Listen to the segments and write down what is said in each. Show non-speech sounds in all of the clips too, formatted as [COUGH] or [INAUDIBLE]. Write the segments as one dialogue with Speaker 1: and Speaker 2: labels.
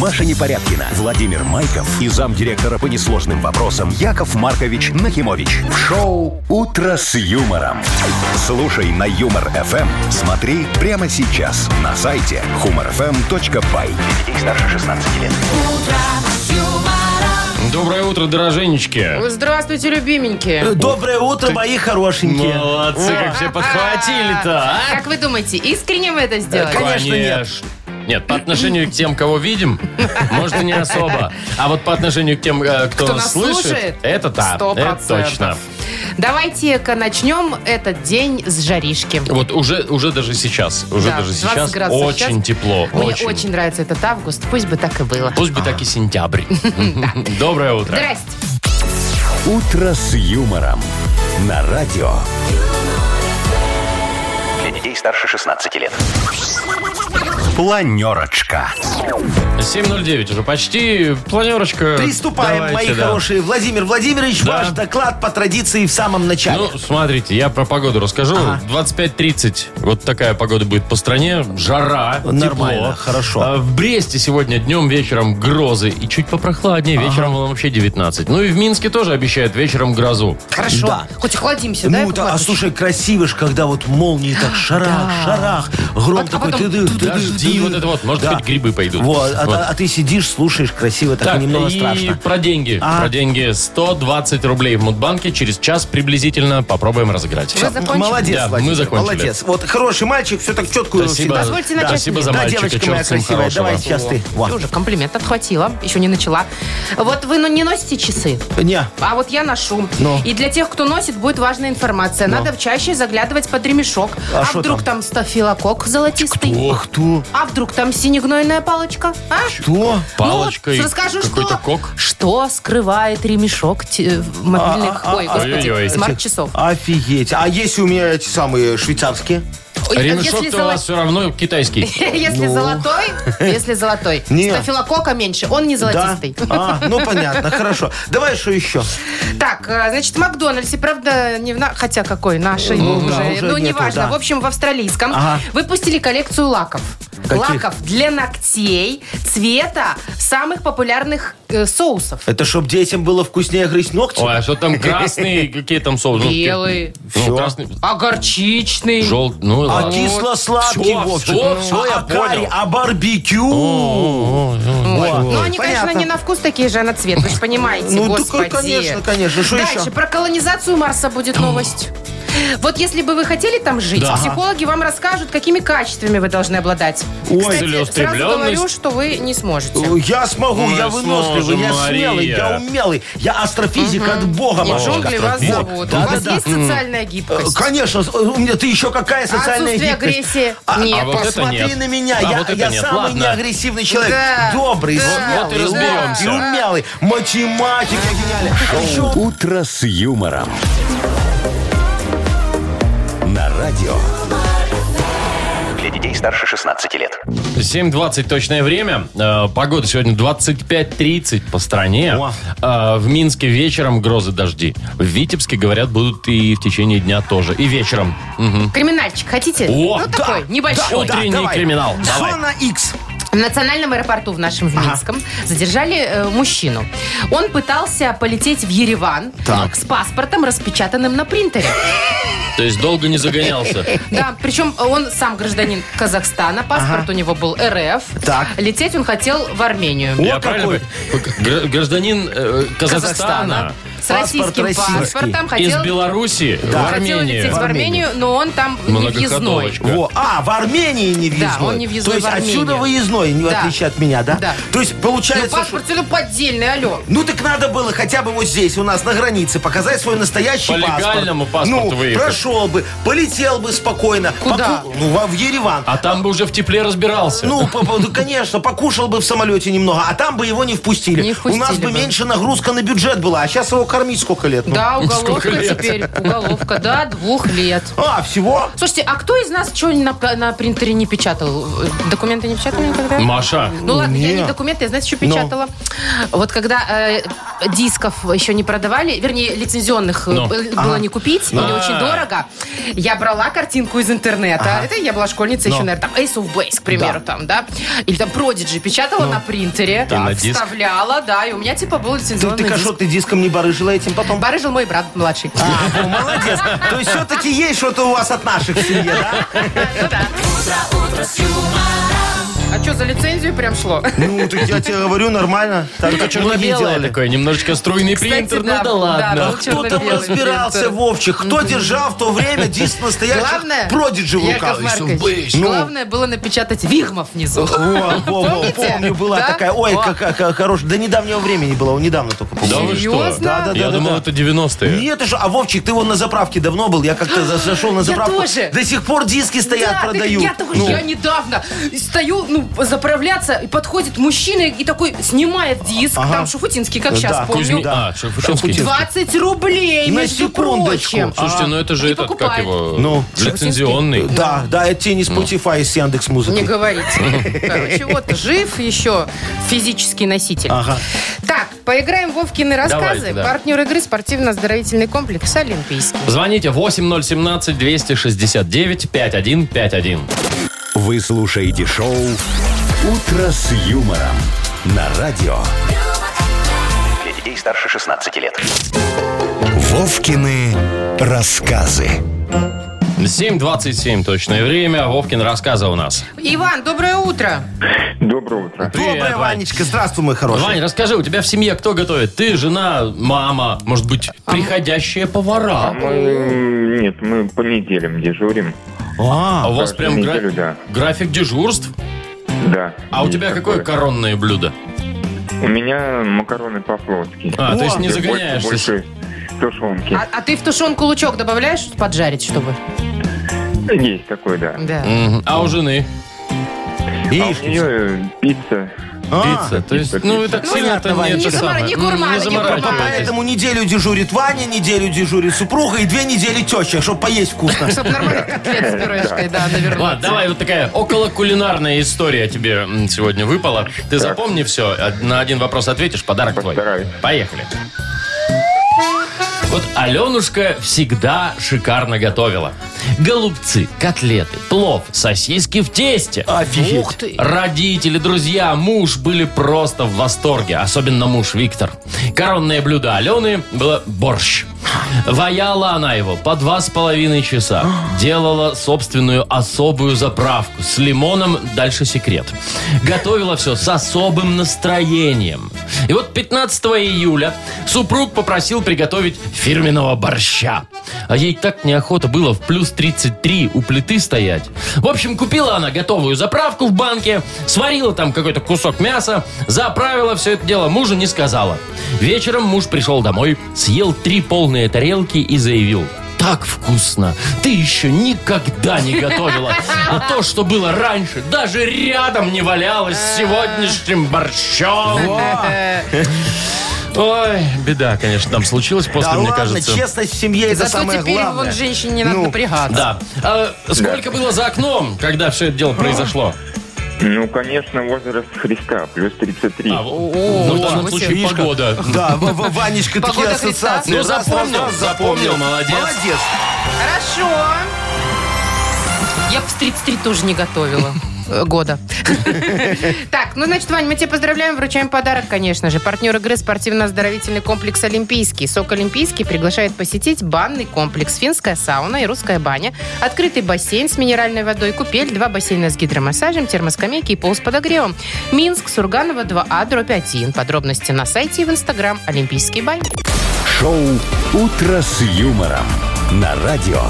Speaker 1: Маша Непорядкина, Владимир Майков и замдиректора по несложным вопросам Яков Маркович Нахимович. В шоу «Утро с юмором». Слушай на «Юмор-ФМ». Смотри прямо сейчас на сайте humorfm.by. Для детей старше 16 лет.
Speaker 2: Доброе утро, дороженечки.
Speaker 3: Ну, Здравствуйте, любименькие.
Speaker 4: Э, Доброе утро, мои хорошенькие.
Speaker 2: Молодцы, как все подхватили-то, а?
Speaker 3: Как вы думаете, искренне вы это сделали?
Speaker 2: Э,
Speaker 4: Конечно, нет.
Speaker 2: Конечно. Нет, по отношению к тем, кого видим, может и не особо. А вот по отношению к тем, э, кто,
Speaker 3: Кто нас слушает,
Speaker 2: это да, это
Speaker 3: 100%.
Speaker 2: точно.
Speaker 3: Давайте-ка начнем этот день с жаришки.
Speaker 2: Вот уже, уже даже сейчас, уже
Speaker 3: Да,
Speaker 2: даже
Speaker 3: 20
Speaker 2: сейчас
Speaker 3: градусов
Speaker 2: очень
Speaker 3: сейчас.
Speaker 2: тепло.
Speaker 3: Мне
Speaker 2: очень.
Speaker 3: очень. нравится этот август, пусть бы так и было.
Speaker 2: Пусть бы так и
Speaker 3: [LAUGHS]
Speaker 2: сентябрь. Доброе утро.
Speaker 3: Здрасте.
Speaker 1: «Утро с юмором» на радио. Для детей старше 16 лет. Планерочка.
Speaker 2: 7.09 уже почти. Планерочка.
Speaker 4: Приступаем,
Speaker 2: Давайте,
Speaker 4: мои
Speaker 2: да.
Speaker 4: хорошие. Владимир Владимирович,
Speaker 2: Да.
Speaker 4: ваш доклад по традиции в самом начале.
Speaker 2: Ну, смотрите, я про погоду расскажу. 25-30. Вот такая погода будет по стране. Жара,
Speaker 4: Нормально,
Speaker 2: тепло.
Speaker 4: хорошо.
Speaker 2: А В Бресте сегодня днем, вечером грозы. И чуть попрохладнее, вечером вообще 19. Ну и в Минске тоже обещают вечером грозу.
Speaker 3: Хорошо.
Speaker 4: Да.
Speaker 3: Хоть охладимся, да?
Speaker 4: Ну,
Speaker 3: Яков
Speaker 4: да, а
Speaker 3: Маркович?
Speaker 4: слушай, красиво ж, когда вот молнии так шарах, шарах, гром
Speaker 3: А
Speaker 4: такой,
Speaker 3: потом
Speaker 4: ты дых, ты
Speaker 2: Дожди, вот это вот, может, хоть грибы пойдут.
Speaker 4: Вот, а,
Speaker 2: Вот.
Speaker 4: а ты сидишь, слушаешь, красиво, так,
Speaker 2: Так,
Speaker 4: немного
Speaker 2: и
Speaker 4: страшно.
Speaker 2: про деньги.
Speaker 4: А.
Speaker 2: Про деньги 120 рублей в Мудбанке. Через час приблизительно попробуем разыграть.
Speaker 3: Вы закончили?
Speaker 4: Молодец,
Speaker 2: Да, мы
Speaker 4: Владимир,
Speaker 2: закончили.
Speaker 4: молодец. Вот хороший мальчик, все так четко.
Speaker 2: Спасибо.
Speaker 4: всегда.
Speaker 3: Позвольте начать
Speaker 2: Спасибо
Speaker 3: мне.
Speaker 2: за
Speaker 4: Да,
Speaker 2: мальчика.
Speaker 4: девочка
Speaker 2: черт
Speaker 4: моя
Speaker 2: с ним
Speaker 4: красивая,
Speaker 2: хорошего.
Speaker 4: давай сейчас ты.
Speaker 3: Ты
Speaker 4: Вот.
Speaker 3: уже комплимент отхватила, еще не начала. Вот вы ну, не носите часы,
Speaker 4: Не,
Speaker 3: а вот я ношу.
Speaker 4: Ну.
Speaker 3: И для тех, кто носит, будет важная информация.
Speaker 2: Ну.
Speaker 3: Надо чаще заглядывать под ремешок.
Speaker 4: А
Speaker 3: А,
Speaker 4: шо
Speaker 3: вдруг там? стафилокок золотистый?
Speaker 4: ох, кто?
Speaker 3: А вдруг там синегнойная палочка? А?
Speaker 4: Кто?
Speaker 2: Палочкой
Speaker 3: Ну, вот расскажу,
Speaker 2: какой-то
Speaker 3: что,
Speaker 2: кок.
Speaker 3: что скрывает ремешок те- э, в мобильных,
Speaker 4: А, а,
Speaker 3: ой,
Speaker 4: а,
Speaker 3: господи,
Speaker 2: Ой-ой-ой.
Speaker 3: смарт-часов.
Speaker 4: Офигеть. А если у меня эти самые швейцарские?
Speaker 3: Ой,
Speaker 2: Ремешок-то
Speaker 3: А если
Speaker 2: у
Speaker 3: золо- [LAUGHS]
Speaker 2: вас все равно китайский.
Speaker 4: Ну.
Speaker 3: Если
Speaker 4: [LAUGHS]
Speaker 3: золотой, если золотой.
Speaker 4: Нет.
Speaker 3: Стафилокока меньше, он не золотистый.
Speaker 4: Да? [LAUGHS] А, ну понятно, хорошо. Давай что еще?
Speaker 3: [LAUGHS] Так, э, значит, в Макдональдсе, правда, не в на- хотя какой, нашей
Speaker 4: Ну,
Speaker 3: уже,
Speaker 4: да, уже
Speaker 3: ну,
Speaker 4: нету,
Speaker 3: неважно,
Speaker 4: да.
Speaker 3: в общем, в австралийском
Speaker 4: Ага.
Speaker 3: выпустили коллекцию лаков.
Speaker 4: Каких?
Speaker 3: Лаков для ногтей, цвета, самых популярных э, соусов.
Speaker 4: Это чтоб детям было вкуснее грызть ногти?
Speaker 2: Ой, а что там красный, какие там соусы? Ну,
Speaker 3: Белый.
Speaker 2: Ну,
Speaker 4: Всё.
Speaker 2: красный,
Speaker 3: А горчичный.
Speaker 2: желтый, ну
Speaker 4: А
Speaker 2: ладно.
Speaker 4: кисло-сладкий,
Speaker 2: Всё,
Speaker 4: Вовчик.
Speaker 2: всё, всё,
Speaker 4: а
Speaker 2: я
Speaker 4: карри,
Speaker 2: понял.
Speaker 4: а барбекю.
Speaker 3: Вот.
Speaker 4: Ой,
Speaker 3: Но Ну, они, конечно,
Speaker 4: понятно.
Speaker 3: не на вкус такие же, а на цвет.
Speaker 4: [LAUGHS]
Speaker 3: Вы же понимаете,
Speaker 4: Ну,
Speaker 3: господи.
Speaker 4: такой, конечно, конечно. Что
Speaker 3: Дальше,
Speaker 4: еще?
Speaker 3: про колонизацию Марса будет новость. Вот если бы вы хотели там жить, психологи вам расскажут, какими качествами вы должны обладать.
Speaker 4: Ой.
Speaker 3: Кстати, сразу говорю,
Speaker 2: Целеустремленность.
Speaker 3: что вы не сможете.
Speaker 4: Э, Я смогу,
Speaker 2: Мы
Speaker 4: я выносливый,
Speaker 2: сможем,
Speaker 4: я смелый,
Speaker 2: Мария.
Speaker 4: я умелый. Я астрофизик от Бога,
Speaker 3: И джунгли
Speaker 4: Машечка.
Speaker 3: вас
Speaker 4: Вот.
Speaker 3: зовут.
Speaker 4: Да,
Speaker 3: У вас
Speaker 4: да, да.
Speaker 3: есть социальная
Speaker 4: Э,
Speaker 3: гибкость?
Speaker 4: Конечно, с- у меня ты еще какая социальная
Speaker 3: Отсутствие
Speaker 4: гибкость?
Speaker 3: агрессии?
Speaker 4: А,
Speaker 3: Нет.
Speaker 4: а
Speaker 2: вот это
Speaker 4: посмотри
Speaker 2: нет.
Speaker 4: на меня,
Speaker 2: А
Speaker 4: я,
Speaker 2: вот это
Speaker 4: я
Speaker 2: нет.
Speaker 4: самый
Speaker 2: Ладно.
Speaker 4: неагрессивный человек.
Speaker 3: Да.
Speaker 4: Добрый,
Speaker 3: Да.
Speaker 2: Вот и
Speaker 4: смелый,
Speaker 2: разберемся.
Speaker 4: и умелый. Математика гениальная. А еще
Speaker 1: «Утро с юмором». На радио.
Speaker 5: Для детей старше 16 лет.
Speaker 2: 7.20 точное время. Э, Погода сегодня 25.30 по стране.
Speaker 4: О.
Speaker 2: Э, В Минске вечером грозы дожди. В Витебске, говорят, будут и в течение дня тоже. И вечером. Мгм.
Speaker 3: Криминальчик хотите?
Speaker 2: О,
Speaker 3: ну
Speaker 2: да,
Speaker 3: такой, небольшой.
Speaker 2: да, Утренний криминал. Давай.
Speaker 4: Зона X.
Speaker 3: В национальном аэропорту в нашем в Минском задержали э, мужчину. Он пытался полететь в Ереван с паспортом, распечатанным на принтере.
Speaker 2: То есть долго не загонялся.
Speaker 3: Да, причем он сам гражданин Казахстана, паспорт у него был РФ.
Speaker 4: Так.
Speaker 3: Лететь он хотел в Армению.
Speaker 4: О,
Speaker 2: Я правильно
Speaker 4: какой.
Speaker 2: понимаю? Гр- Гражданин э, Казахстана
Speaker 3: С
Speaker 4: Паспорт
Speaker 3: российским
Speaker 4: российский.
Speaker 3: паспортом
Speaker 2: из
Speaker 3: хотел,
Speaker 2: Беларуси в
Speaker 3: хотел лететь
Speaker 2: Армению.
Speaker 3: в Армению, но он там не въездной.
Speaker 2: Многоходовочка.
Speaker 4: Во. А, в Армении не
Speaker 3: Да,
Speaker 4: въездной.
Speaker 3: он не въездной
Speaker 4: То есть
Speaker 3: в Армению.
Speaker 4: отсюда выездной, не в
Speaker 3: Да.
Speaker 4: отличие от меня, да?
Speaker 3: Да.
Speaker 4: То есть
Speaker 3: Ну,
Speaker 4: получается... что-
Speaker 3: паспорт все равно поддельный, алло.
Speaker 4: Ну так надо было хотя бы вот здесь, у нас на границе, показать свой настоящий
Speaker 2: По
Speaker 4: паспорт.
Speaker 2: легальному паспорту
Speaker 4: Ну,
Speaker 2: выехать.
Speaker 4: прошел бы, полетел бы спокойно.
Speaker 3: Куда?
Speaker 4: Поку- Ну, во- в Ереван.
Speaker 2: А там бы уже в тепле разбирался.
Speaker 4: Ну, по- по- ну, конечно, покушал бы в самолете немного, а там бы его не впустили.
Speaker 3: Не впустили
Speaker 4: У нас бы
Speaker 3: бы.
Speaker 4: меньше нагрузка на бюджет была, а сейчас его кормить сколько лет? ну?
Speaker 3: Да,
Speaker 2: сколько
Speaker 3: уголовка
Speaker 2: лет?
Speaker 3: теперь. Уголовка, да, двух лет.
Speaker 4: А, всего?
Speaker 3: Слушайте, а кто из нас что на, на принтере не печатал? Э, Документы не печатали никогда?
Speaker 2: Маша,
Speaker 3: Ну ладно, я не
Speaker 4: не.
Speaker 3: документы, я, знаете, что печатала? Вот когда э, дисков еще не продавали, вернее, лицензионных э,
Speaker 2: Ну.
Speaker 3: б- было не купить,
Speaker 4: Ну.
Speaker 3: или очень дорого, я брала картинку из интернета. Это я была школьница
Speaker 4: Ну.
Speaker 3: еще, наверное, там Ace of Base, к примеру, там, да. Или там Prodigy
Speaker 4: Ну.
Speaker 3: печатала на принтере,
Speaker 2: И на диск.
Speaker 3: вставляла, да, и у меня типа был
Speaker 4: Ты,
Speaker 3: лицензионный
Speaker 4: ты а
Speaker 3: диск.
Speaker 4: что ты диском не барыжила этим потом? [LAUGHS]
Speaker 3: Барыжил мой брат младший.
Speaker 4: А, ну, молодец. То есть все-таки есть что-то у вас от наших в семье, да?
Speaker 3: А что, за лицензию прям шло?
Speaker 4: Ну, так я тебе говорю, нормально. Так как многие
Speaker 2: Черно-белое
Speaker 4: делали.
Speaker 2: такое, немножечко струйный принтер, ну да
Speaker 3: да,
Speaker 2: ладно.
Speaker 3: был
Speaker 4: Кто там
Speaker 3: черно-белый
Speaker 4: разбирался,
Speaker 3: принтер.
Speaker 4: Вовчик? Кто держал в то время диск
Speaker 3: Главное,
Speaker 4: настоящих продиджи в
Speaker 3: Яков
Speaker 4: руках?
Speaker 3: Маркович,
Speaker 4: Ну.
Speaker 3: главное было напечатать вигмов внизу.
Speaker 4: Во, во, во,
Speaker 3: Помните?
Speaker 4: помню, была
Speaker 3: Да?
Speaker 4: такая. Ой,
Speaker 3: О.
Speaker 4: какая хорошая. До недавнего времени была, он недавно только
Speaker 2: Да
Speaker 4: помню.
Speaker 2: вы что?
Speaker 3: Серьезно? Да, да,
Speaker 2: Я
Speaker 4: а да,
Speaker 2: думал,
Speaker 4: да.
Speaker 2: это 90-е.
Speaker 4: Нет, ты что, а Вовчик, ты вон на заправке давно был? Я как-то за- зашел на заправку.
Speaker 3: тоже.
Speaker 4: До сих пор диски стоят,
Speaker 3: так
Speaker 4: продают.
Speaker 3: Я, такой,
Speaker 4: Ну.
Speaker 3: я недавно стою, ну, заправляться, и подходит мужчина и такой снимает диск, там Шуфутинский, как сейчас
Speaker 4: Да,
Speaker 3: помню.
Speaker 2: Кузьми- А, Шафутинский.
Speaker 3: 20 рублей,
Speaker 4: На
Speaker 3: между
Speaker 4: секундочку.
Speaker 3: прочим.
Speaker 2: Слушайте, ну это же
Speaker 3: И
Speaker 2: этот, как
Speaker 3: покупает.
Speaker 2: его,
Speaker 4: Ну.
Speaker 2: лицензионный.
Speaker 4: Да, да, это тебе
Speaker 2: Ну.
Speaker 4: не Spotify с Яндекс
Speaker 3: Не
Speaker 4: музыкой.
Speaker 3: говорите. Короче, вот жив еще физический носитель.
Speaker 4: Ага.
Speaker 3: Так, поиграем в Вовкины рассказы.
Speaker 2: Давайте, да.
Speaker 3: Партнер игры спортивно-оздоровительный комплекс Олимпийский.
Speaker 2: Звоните 8017-269-5151.
Speaker 1: Вы слушаете шоу «Утро с юмором» на радио.
Speaker 5: Для детей старше 16 лет.
Speaker 1: Вовкины рассказы.
Speaker 2: 7.27 точное время. Вовкин рассказы у нас.
Speaker 3: Иван, доброе утро.
Speaker 6: Доброе утро.
Speaker 2: Привет,
Speaker 4: Доброе,
Speaker 2: Вань.
Speaker 4: Ванечка. Здравствуй, мой
Speaker 2: Вань,
Speaker 4: хороший.
Speaker 2: расскажи, у тебя в семье кто готовит? Ты, жена, мама, может быть, приходящие повара?
Speaker 6: Мы, м, нет, мы по неделям дежурим.
Speaker 2: А у вас
Speaker 6: каждую
Speaker 2: прям гра-
Speaker 6: неделю, да.
Speaker 2: график дежурств?
Speaker 6: Да.
Speaker 2: А у
Speaker 6: есть
Speaker 2: тебя какое
Speaker 6: такое.
Speaker 2: коронное блюдо?
Speaker 6: У меня макароны по-флотски.
Speaker 2: А, то есть
Speaker 4: О,
Speaker 2: не
Speaker 6: Больше-
Speaker 2: загоняешься?
Speaker 6: Больше тушенки.
Speaker 3: А, а ты в тушенку лучок добавляешь поджарить, чтобы?
Speaker 6: Ну, Есть такое, да.
Speaker 3: Да.
Speaker 2: Мгм. А у жены?
Speaker 6: А у нее э, пицца.
Speaker 4: А,
Speaker 2: Пицца. То есть, ну, вы так
Speaker 4: Ну,
Speaker 2: сильно это
Speaker 4: понятно,
Speaker 2: не
Speaker 4: Вань.
Speaker 2: это
Speaker 3: Не замор-
Speaker 2: самое.
Speaker 3: не
Speaker 2: М,
Speaker 3: гурманы, не
Speaker 4: Ну,
Speaker 2: заморачивайтесь.
Speaker 3: гурманы.
Speaker 4: Поэтому неделю дежурит Ваня, неделю дежурит супруга и две недели теща, чтобы поесть вкусно.
Speaker 3: Чтобы нормально котлет с
Speaker 4: [LAUGHS]
Speaker 3: пюрешкой, да, наверное.
Speaker 2: Ладно, давай вот такая около кулинарная история тебе м, сегодня выпала. Ты запомни все, на один вопрос ответишь, подарок
Speaker 6: Постараюсь.
Speaker 2: твой. Поехали. Вот Аленушка всегда шикарно готовила. Голубцы, котлеты, плов, сосиски в тесте.
Speaker 4: Офигеть.
Speaker 3: Ух ты.
Speaker 2: Родители, друзья, муж были просто в восторге. Особенно муж Виктор. Коронное блюдо Алены было борщ. Ваяла она его по два с половиной часа. Делала собственную особую заправку с лимоном, дальше секрет. Готовила все с особым настроением. И вот 15 июля супруг попросил приготовить фирменного борща. А ей так неохота было в плюс 33 у плиты стоять. В общем, купила она готовую заправку в банке, сварила там какой-то кусок мяса, заправила все это дело, мужу не сказала. Вечером муж пришел домой, съел три полные тарелки и заявил. Так вкусно! Ты еще никогда не готовила. А то, что было раньше, даже рядом не валялось с сегодняшним борщом. Ой, беда, конечно, там случилась после,
Speaker 4: Да
Speaker 2: мне
Speaker 4: ладно,
Speaker 2: кажется.
Speaker 4: честность в семье это
Speaker 3: Зато
Speaker 4: самое
Speaker 3: теперь вон
Speaker 4: главное.
Speaker 3: женщине не надо
Speaker 4: Ну,
Speaker 3: напрягаться.
Speaker 2: Да. А сколько было за окном, когда все это дело произошло?
Speaker 6: Ну, конечно, возраст Христа, плюс 33.
Speaker 2: А, в- ну, в данном
Speaker 3: ничего
Speaker 2: случае
Speaker 4: Видишь, как?
Speaker 2: погода.
Speaker 4: Да, В- В- Ванечка, такие
Speaker 3: Погода Христа.
Speaker 4: ассоциации.
Speaker 2: Ну,
Speaker 4: Раз, раз,
Speaker 2: запомнил,
Speaker 4: раз,
Speaker 2: запомнил, молодец.
Speaker 4: Молодец.
Speaker 3: Хорошо. Я б в 33 тоже не готовила э, года. [LAUGHS] Так, ну, значит, Вань, мы тебя поздравляем, вручаем подарок, конечно же. Партнер игры спортивно-оздоровительный комплекс «Олимпийский». «Сок Олимпийский» приглашает посетить банный комплекс, финская сауна и русская баня, открытый бассейн с минеральной водой, купель, два бассейна с гидромассажем, термоскамейки и пол с подогревом. Минск, Сурганова, 2А, дробь 1. Подробности на сайте и в Инстаграм «Олимпийский бай».
Speaker 1: Шоу «Утро с юмором» на радио.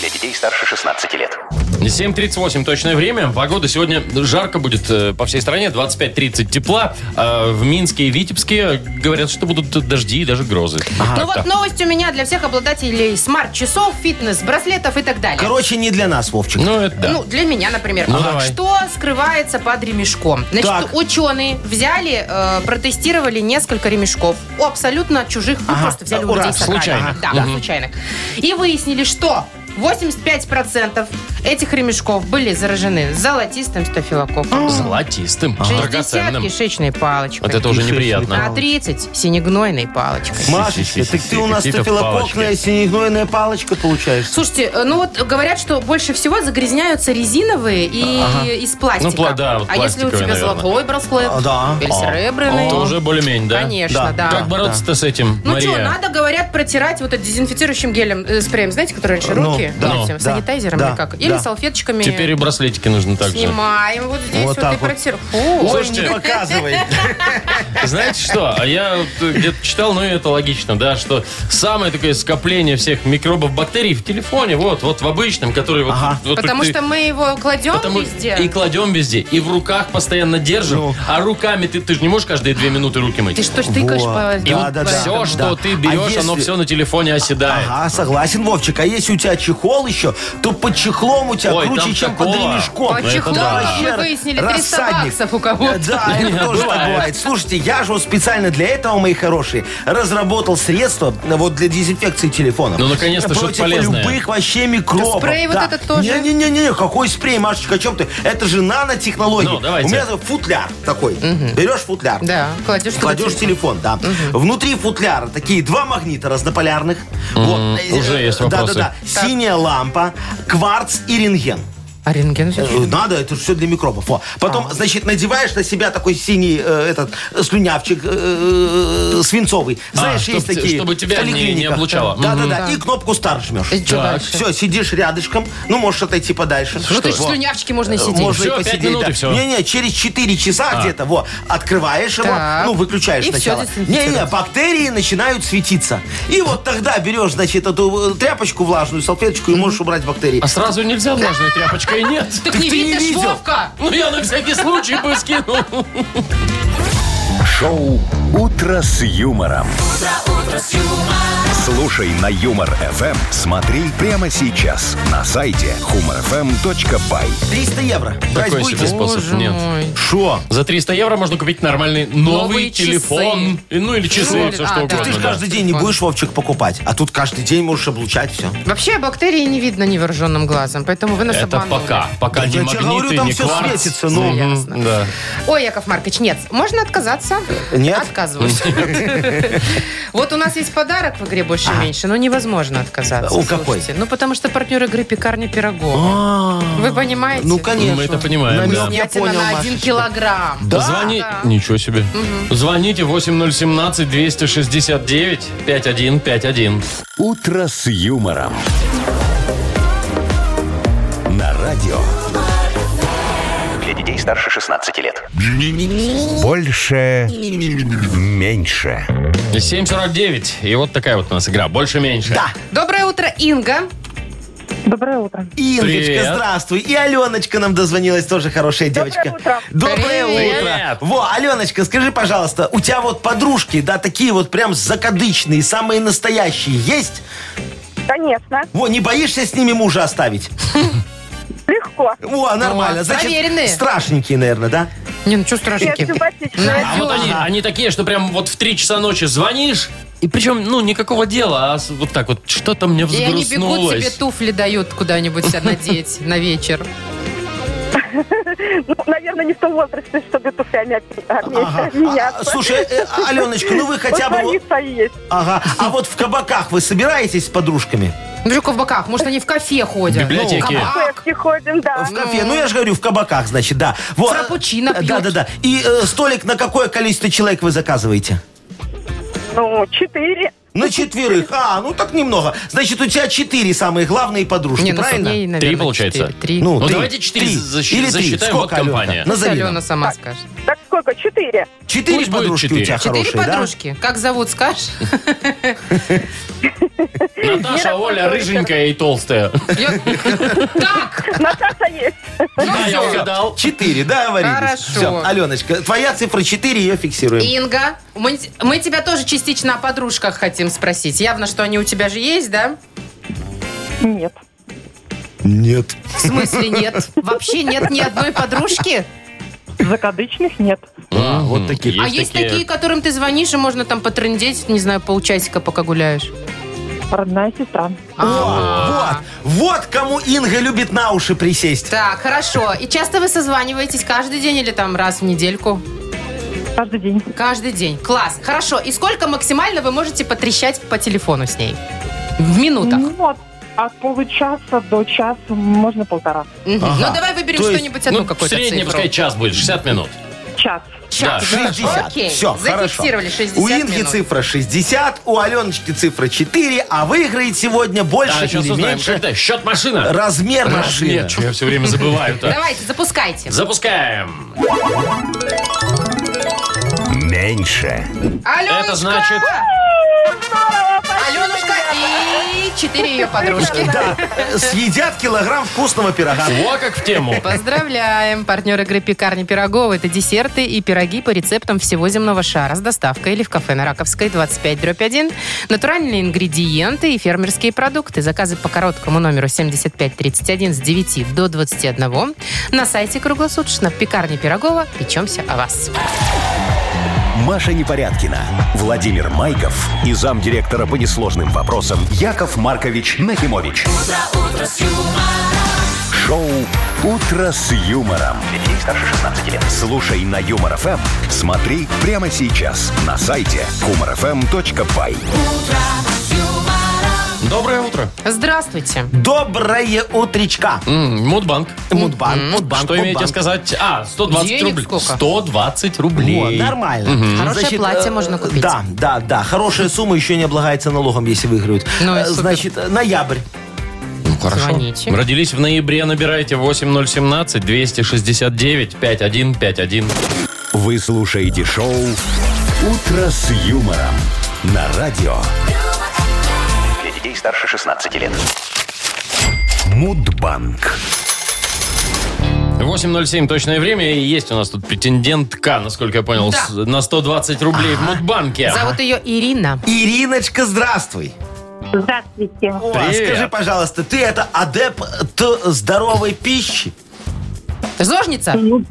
Speaker 5: Для детей старше 16 лет.
Speaker 2: 7.38 точное время. Погода сегодня жарко будет э, по всей стране. 25-30 тепла. А в Минске и Витебске говорят, что будут дожди и даже грозы.
Speaker 3: Ну вот новость у меня для всех обладателей смарт-часов, фитнес, браслетов и так далее.
Speaker 4: Короче, не для нас, Вовчик.
Speaker 2: Ну, это да.
Speaker 3: Ну, для меня, например.
Speaker 2: Ну,
Speaker 3: А
Speaker 2: давай.
Speaker 3: Что скрывается под ремешком? Значит,
Speaker 4: Так.
Speaker 3: ученые взяли, э, протестировали несколько ремешков. У абсолютно чужих, ну,
Speaker 4: Ага.
Speaker 3: просто взяли у
Speaker 4: Ура,
Speaker 3: людей собрали.
Speaker 2: случайных.
Speaker 3: Да, да, случайных. И выяснили, что 85% этих ремешков были заражены золотистым стафилококком,
Speaker 2: Золотистым,
Speaker 3: 60
Speaker 2: драгоценным.
Speaker 3: кишечной палочкой,
Speaker 2: Вот это уже неприятно.
Speaker 3: а 30 синегнойной палочкой.
Speaker 4: Машечка, так ты у нас
Speaker 2: Какие-то
Speaker 4: стафилококкная
Speaker 2: палочки.
Speaker 4: синегнойная палочка получаешься.
Speaker 3: Слушайте, э, ну вот говорят, что больше всего загрязняются резиновые и из пластика.
Speaker 2: Ну, пла- да, вот
Speaker 3: а если у
Speaker 2: пластиковые,
Speaker 3: тебя
Speaker 2: наверное.
Speaker 3: золотой браслет
Speaker 4: А, да.
Speaker 3: или серебряный?
Speaker 2: Тоже более-менее, да?
Speaker 3: ну, Конечно, да.
Speaker 4: Да.
Speaker 2: Как бороться-то с этим,
Speaker 3: Ну что,
Speaker 2: Мария?
Speaker 3: надо, говорят, протирать вот это дезинфицирующим гелем, э, спреем, знаете, который раньше
Speaker 4: Ну,
Speaker 3: руки,
Speaker 4: да.
Speaker 3: этим,
Speaker 4: Ну,
Speaker 3: санитайзером
Speaker 4: да,
Speaker 3: или как, или
Speaker 4: да.
Speaker 3: салфеточками
Speaker 2: Теперь и браслетики нужны также.
Speaker 3: снимаем вот здесь
Speaker 4: Вот
Speaker 3: вот,
Speaker 4: так
Speaker 3: и
Speaker 4: вот.
Speaker 3: протираем. Фу.
Speaker 4: Ой,
Speaker 2: Слушайте. [LAUGHS]
Speaker 4: не показывай.
Speaker 2: Знаете что? А я вот, э, где-то читал, ну и это логично, да, что самое такое скопление всех микробов, бактерий в телефоне, вот, вот в обычном, который вот,
Speaker 4: Ага.
Speaker 2: вот
Speaker 3: Потому
Speaker 2: ты-
Speaker 3: что мы его кладем
Speaker 2: потому-
Speaker 3: везде.
Speaker 2: И кладем везде, и в руках постоянно держим,
Speaker 4: Ну.
Speaker 2: а руками ты, ты же не можешь каждые две минуты руки мыть.
Speaker 3: Ты что ж тыкаешь
Speaker 4: Вот.
Speaker 3: по...
Speaker 2: И
Speaker 4: Да,
Speaker 2: вот
Speaker 4: да, да.
Speaker 2: все, что
Speaker 4: Да.
Speaker 2: ты
Speaker 4: А
Speaker 2: берешь, оно
Speaker 4: если-
Speaker 2: все на телефоне оседает.
Speaker 4: Ага, согласен, Вовчик. А если у тебя чехол еще, то под чехлом у тебя
Speaker 2: Ой, там
Speaker 4: круче, чем под
Speaker 2: такого.
Speaker 4: ремешком.
Speaker 2: Под
Speaker 3: По
Speaker 2: Ну, это
Speaker 3: чехлам
Speaker 2: да.
Speaker 3: мы
Speaker 4: Вообще
Speaker 3: выяснили 300
Speaker 4: рассадник.
Speaker 3: баксов у кого-то.
Speaker 4: Да,
Speaker 2: [LAUGHS]
Speaker 4: это тоже так бывает. Слушайте, я же вот специально для этого, мои хорошие, разработал средство э, вот для дезинфекции телефона.
Speaker 2: Ну, наконец-то что-то
Speaker 4: Против
Speaker 2: полезное.
Speaker 4: любых вообще микробов.
Speaker 3: Да спрей вот этот тоже?
Speaker 4: Не-не-не, какой спрей, Машечка, о чем ты? Это же нанотехнология.
Speaker 2: Ну, давайте.
Speaker 4: У меня там футляр такой. Берешь футляр.
Speaker 3: Да, кладешь туда
Speaker 4: Кладешь
Speaker 3: телефон.
Speaker 4: телефон, да. Внутри футляра такие два магнита разнополярных. Вот. Э,
Speaker 2: уже есть вопросы.
Speaker 4: Да-да-да. Синяя лампа, кварц и рентген.
Speaker 3: А рентген у тебя
Speaker 4: Э, Надо, это все для микробов. Во. Потом,
Speaker 3: А.
Speaker 4: значит, надеваешь на себя такой синий э, этот э, слюнявчик э, э, свинцовый. Знаешь,
Speaker 2: А, чтоб
Speaker 4: есть
Speaker 2: те-
Speaker 4: такие.
Speaker 2: чтобы тебя не-
Speaker 4: в
Speaker 2: не
Speaker 4: поликлиниках.
Speaker 2: облучало.
Speaker 4: Да, да,
Speaker 2: Мгм.
Speaker 4: да. И кнопку старт жмешь.
Speaker 3: И Э, чё
Speaker 2: Так.
Speaker 3: дальше?
Speaker 4: Все, сидишь рядышком. Ну, можешь отойти подальше.
Speaker 3: Ну, ты ж
Speaker 4: Во. Э,
Speaker 3: слюнявчики можно и сидеть.
Speaker 4: Можно
Speaker 2: Всё,
Speaker 4: и
Speaker 2: пять
Speaker 4: посидеть.
Speaker 2: минут и
Speaker 4: да.
Speaker 2: всё. А.
Speaker 4: Не-не, через 4 часа где-то, во, открываешь его,
Speaker 3: Так.
Speaker 4: ну, выключаешь
Speaker 3: И всё
Speaker 4: сначала.
Speaker 3: дезинфицировать.
Speaker 4: Не-не, бактерии начинают светиться. И вот тогда берешь, значит, эту э, тряпочку влажную, салфеточку, и можешь убрать бактерии.
Speaker 2: А сразу нельзя влажной тряпочкой, нет.
Speaker 3: Так не
Speaker 4: ты не
Speaker 3: видишь,
Speaker 4: видел?
Speaker 3: Вовка!
Speaker 2: Ну я на всякий случай бы скинул.
Speaker 1: Шоу «Утро с юмором». Слушай на Юмор ФМ, смотри прямо сейчас на сайте humorfm.by.
Speaker 4: 300 евро. Брать
Speaker 2: Такой себе
Speaker 4: будете?
Speaker 2: способ, нет.
Speaker 4: Шо?
Speaker 2: За 300 евро можно купить нормальный новый
Speaker 3: Новые
Speaker 2: телефон. И- Ну или часы,
Speaker 3: Ну, или-
Speaker 2: все
Speaker 3: а,
Speaker 2: что
Speaker 3: да.
Speaker 2: угодно.
Speaker 4: Ты же
Speaker 2: да.
Speaker 4: каждый день не будешь, Вовчик, покупать. А тут каждый день можешь облучать все.
Speaker 3: Вообще бактерии не видно невооруженным глазом, поэтому вы нас
Speaker 2: Это
Speaker 3: обманули.
Speaker 2: пока. Пока
Speaker 4: Да
Speaker 2: не
Speaker 4: я тебе
Speaker 2: магниты,
Speaker 4: говорю, там
Speaker 2: не
Speaker 4: всё
Speaker 2: кварц.
Speaker 4: светится, ну.
Speaker 2: Мгм,
Speaker 3: Ясно.
Speaker 2: Да.
Speaker 3: Ой, Яков Маркович, нет, можно отказаться?
Speaker 4: Нет.
Speaker 3: Отказываюсь. [LAUGHS] Вот у нас есть подарок в игре «Больше-меньше», но невозможно отказаться.
Speaker 4: У какой? А.
Speaker 3: слушайте. Ну, потому что партнер игры «Пекарня Пирогова». Вы понимаете?
Speaker 4: Ну, конечно.
Speaker 2: Мы это понимаем,
Speaker 4: Намек
Speaker 2: да.
Speaker 4: я
Speaker 3: Снятина
Speaker 4: понял,
Speaker 3: на один
Speaker 4: Машечка.
Speaker 3: килограмм.
Speaker 4: Да?
Speaker 2: Звони...
Speaker 3: Да.
Speaker 2: Ничего себе. Звоните 8017-269-5151.
Speaker 1: «Утро с юмором». На радио
Speaker 5: Для детей старше 16 лет.
Speaker 1: «Больше, меньше».
Speaker 2: 749. И вот такая вот у нас игра. Больше-меньше.
Speaker 4: Да.
Speaker 3: Доброе утро, Инга.
Speaker 7: Доброе утро.
Speaker 4: Ингочка,
Speaker 2: Привет.
Speaker 4: здравствуй. И Аленочка нам дозвонилась, тоже хорошая девочка.
Speaker 7: утро.
Speaker 4: Доброе
Speaker 3: Привет.
Speaker 4: утро. Во, Аленочка, скажи, пожалуйста, у тебя вот подружки, да, такие вот прям закадычные, самые настоящие есть?
Speaker 7: Конечно.
Speaker 4: Во, не боишься с ними мужа оставить?
Speaker 7: [LAUGHS] Легко.
Speaker 4: Во, нормально.
Speaker 3: а,
Speaker 4: Значит,
Speaker 3: проверенные.
Speaker 4: страшненькие, наверное, да?
Speaker 3: Не, ну что
Speaker 7: Привет,
Speaker 3: страшненький.
Speaker 7: симпатичная.
Speaker 2: А вот они, они такие, что прям вот в 3 часа ночи звонишь, и причем, ну, никакого дела, а с- вот так вот, что-то мне
Speaker 3: И они
Speaker 2: взгрустнулось.
Speaker 3: бегут, тебе туфли дают куда-нибудь себя надеть на вечер.
Speaker 7: Ну, наверное, не в том возрасте, чтобы туфлями обме- обме-
Speaker 4: Ага. А, а,
Speaker 7: обменяться.
Speaker 4: слушай, э, а, Аленочка, ну вы хотя бы... вот-
Speaker 7: Позвониться и есть.
Speaker 4: Ага. А вот в кабаках вы собираетесь с подружками?
Speaker 3: Ну что в кабаках? Может, они в кафе ходят?
Speaker 2: В библиотеке.
Speaker 3: Ну, в кабак.
Speaker 7: Кэфки ходим, да.
Speaker 4: В кафе. Ну, я же говорю, в кабаках, значит, да. Вот.
Speaker 3: Фраппучино пьют.
Speaker 4: Да, да, да. И э, столик на какое количество человек вы заказываете?
Speaker 7: Ну, четыре.
Speaker 4: На четверых. А, ну так немного. Значит, у тебя четыре самые главные подружки,
Speaker 3: Не, ну,
Speaker 4: правильно?
Speaker 3: сотней, наверное,
Speaker 2: получается.
Speaker 3: четыре, Три.
Speaker 2: Ну, давайте четыре защ-
Speaker 4: Или три.
Speaker 2: засчитаем,
Speaker 4: Сколько,
Speaker 2: вот
Speaker 4: Аленка?
Speaker 2: компания.
Speaker 4: Назови нам.
Speaker 3: Алена сама скажет.
Speaker 7: Так сколько? Четыре.
Speaker 4: Четыре
Speaker 2: Пусть будет
Speaker 4: подружки
Speaker 2: четыре.
Speaker 4: у тебя
Speaker 3: Четыре
Speaker 4: хорошие, да?
Speaker 3: подружки. Как зовут, скажешь?
Speaker 2: Наташа, Оля, рыженькая и толстая.
Speaker 3: Я- Так!
Speaker 7: Наташа есть.
Speaker 2: Да, я угадал.
Speaker 4: Четыре, да, говорили?
Speaker 3: Хорошо.
Speaker 4: Все, Аленочка, твоя цифра четыре, ее фиксируем.
Speaker 3: Инга, мы, мы тебя тоже частично о подружках хотим спросить. Явно, что они у тебя же есть, да?
Speaker 7: Нет.
Speaker 4: Нет.
Speaker 3: В смысле нет? Вообще нет ни одной подружки?
Speaker 7: Закадычных нет.
Speaker 4: А, вот такие.
Speaker 3: а есть такие, которым ты звонишь, и можно там потрындеть, не знаю, полчасика, пока гуляешь.
Speaker 7: Родная сестра.
Speaker 3: А.
Speaker 4: Вот, вот кому Инга любит на уши присесть.
Speaker 3: Так, хорошо. И часто вы созваниваетесь каждый день или там раз в недельку?
Speaker 7: Каждый день.
Speaker 3: Каждый день. Класс. Хорошо. И сколько максимально вы можете потрещать по телефону с ней? В минутах.
Speaker 7: Ну, от, от получаса до часа, можно полтора.
Speaker 3: Мгм.
Speaker 4: Ага.
Speaker 3: Ну, давай выберем
Speaker 4: То есть,
Speaker 3: что-нибудь одну
Speaker 2: Ну,
Speaker 3: какую-то
Speaker 2: средний,
Speaker 3: цифру.
Speaker 2: пускай час будет, 60 минут.
Speaker 7: Час.
Speaker 2: Да,
Speaker 3: Час. Хорошо.
Speaker 4: 60.
Speaker 3: Окей.
Speaker 4: Все, хорошо.
Speaker 3: Зафиксировали 60
Speaker 4: У Инги
Speaker 3: минут.
Speaker 4: цифра 60, у Аленочки цифра 4, а выиграет сегодня больше
Speaker 2: А,
Speaker 4: или
Speaker 2: сейчас узнаем,
Speaker 4: меньше
Speaker 2: когда. Счет машина.
Speaker 4: размер машины.
Speaker 2: Нет, чё я все время
Speaker 3: [LAUGHS]
Speaker 2: забываю-то.
Speaker 3: Давайте, запускайте.
Speaker 2: Запускаем.
Speaker 1: Меньше.
Speaker 3: Аленушка!
Speaker 2: Это значит...
Speaker 3: Аленушка и четыре ее подружки.
Speaker 4: Да, съедят килограмм вкусного пирога.
Speaker 2: Во как в тему.
Speaker 3: Поздравляем! Партнер игры «Пекарни Пирогова» – это десерты и пироги по рецептам всего земного шара с доставкой или в кафе на Раковской 25 дробь 1. Натуральные ингредиенты и фермерские продукты. Заказы по короткому номеру 7531 с 9 до 21 на сайте круглосуточно «Пекарни Пирогова». Печемся о вас.
Speaker 1: Маша Непорядкина, Владимир Майков и замдиректора по несложным вопросам Яков Маркович Нахимович. Шоу Утро с юмором. Для детей старше 16 лет. Слушай на юмор ФМ. Смотри прямо сейчас на сайте humorfm.by.
Speaker 2: Доброе утро.
Speaker 3: Здравствуйте!
Speaker 4: Доброе утречка.
Speaker 2: М, Мудбанк.
Speaker 4: Мудбанк, мудбанк,
Speaker 2: Что имеете
Speaker 4: мудбанк.
Speaker 2: сказать? А, 120
Speaker 3: Денег
Speaker 2: рублей.
Speaker 3: сколько?
Speaker 2: 120
Speaker 4: Вот,
Speaker 2: рублей.
Speaker 4: нормально.
Speaker 3: Хорошее платье
Speaker 4: э,
Speaker 3: можно купить.
Speaker 4: Да, да, да. Хорошая сумма еще не облагается налогом, если выиграют.
Speaker 3: Ну и
Speaker 4: Э,
Speaker 3: супер.
Speaker 4: Значит, э, ноябрь.
Speaker 2: Ну, хорошо.
Speaker 3: Звоните.
Speaker 2: Родились в ноябре, набирайте 8017-269-5151.
Speaker 1: Вы слушаете шоу Утро с юмором на радио
Speaker 5: Для детей старше 16 лет.
Speaker 1: Мудбанк.
Speaker 2: 8.07 точное время, и есть у нас тут претендентка, насколько я понял,
Speaker 3: Да.
Speaker 2: с- на 120 рублей в Мудбанке.
Speaker 3: Зовут ее Ирина.
Speaker 4: Ириночка, здравствуй.
Speaker 7: Здравствуйте.
Speaker 4: О,
Speaker 2: Привет.
Speaker 4: скажи, пожалуйста, ты это адепт здоровой пищи?
Speaker 3: Зожница?
Speaker 4: Ну,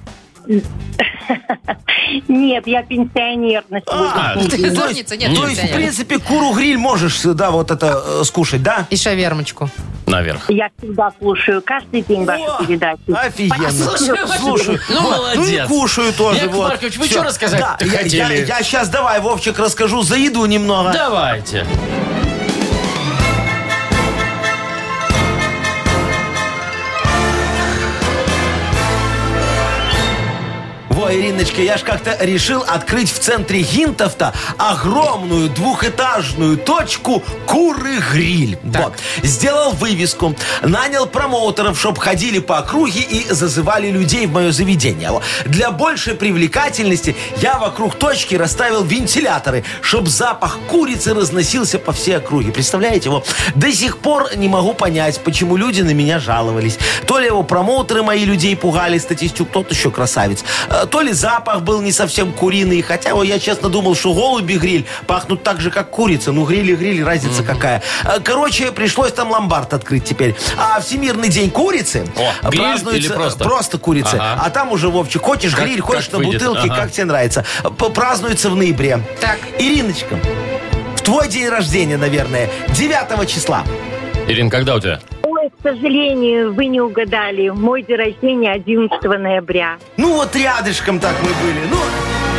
Speaker 7: Нет, я пенсионер на сегодня.
Speaker 4: А, то есть-
Speaker 3: Зорница, нет,
Speaker 4: То есть, ну, в
Speaker 3: пенсионер.
Speaker 4: принципе, куру-гриль можешь, да, вот это э, скушать, да?
Speaker 3: И шавермочку.
Speaker 2: Наверх.
Speaker 7: Я всегда слушаю каждый день
Speaker 4: А. О, а
Speaker 7: вашу передачу.
Speaker 2: А,
Speaker 4: Офигенно.
Speaker 2: вашу-
Speaker 4: Слушаю.
Speaker 2: Ну,
Speaker 4: Вот. Ну,
Speaker 2: молодец.
Speaker 4: и кушаю тоже.
Speaker 2: Яков
Speaker 4: вот.
Speaker 2: Маркович, вы
Speaker 4: Всё.
Speaker 2: что рассказать
Speaker 4: Да, я,
Speaker 2: хотели?
Speaker 4: сейчас давай, Вовчик, расскажу за еду немного.
Speaker 2: Давайте.
Speaker 4: Во, Ириночка, я ж как-то решил открыть в центре Гинтов-то огромную двухэтажную точку куры-гриль. Вот. Сделал вывеску, нанял промоутеров, чтоб ходили по округе и зазывали людей в мое заведение. Во. Для большей привлекательности я вокруг точки расставил вентиляторы, чтоб запах курицы разносился по всей округе. Представляете? Вот. До сих пор не могу понять, почему люди на меня жаловались. То ли его промоутеры мои людей пугали, статистюк, тот еще красавец. Э, То ли запах был не совсем куриный, хотя о, я честно думал, что голуби гриль пахнут так же, как курица. Ну, гриль и гриль, разница какая. Э, Короче, пришлось там ломбард открыть теперь. А Всемирный день курицы
Speaker 2: О, гриль или просто?
Speaker 4: курицы.
Speaker 2: Ага.
Speaker 4: А там уже, Вовчик, хочешь
Speaker 2: Как-
Speaker 4: гриль, хочешь
Speaker 2: как
Speaker 4: на
Speaker 2: выйдет,
Speaker 4: бутылке,
Speaker 2: ага.
Speaker 4: как тебе нравится. П- Празднуется в ноябре.
Speaker 3: Так.
Speaker 4: Ириночка, в твой день рождения, наверное, 9 числа.
Speaker 2: Ирин, когда у тебя?
Speaker 7: Ой, к сожалению, вы не угадали. Мой день рождения 11 ноября.
Speaker 4: Ну вот рядышком так мы были. Ну,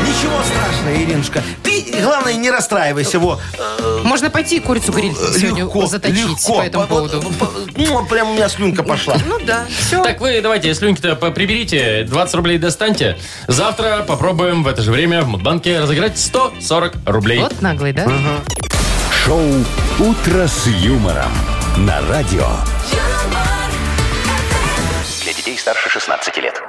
Speaker 4: ничего страшного, Иринушка. Ты, главное, не расстраивайся. Во. э,
Speaker 3: Можно пойти и курицу гриль сегодня
Speaker 4: легко,
Speaker 3: заточить
Speaker 4: легко.
Speaker 3: по этому
Speaker 4: По- вот,
Speaker 3: поводу.
Speaker 4: по- ну, прям у меня слюнка пошла.
Speaker 3: Ну да, все.
Speaker 2: Так, вы давайте слюнки-то по- приберите, 20 рублей достаньте. Завтра попробуем в это же время в Мудбанке разыграть 140 рублей.
Speaker 3: Вот наглый, да?
Speaker 1: Шоу Утро с юмором на радио
Speaker 5: Для детей старше 16 лет.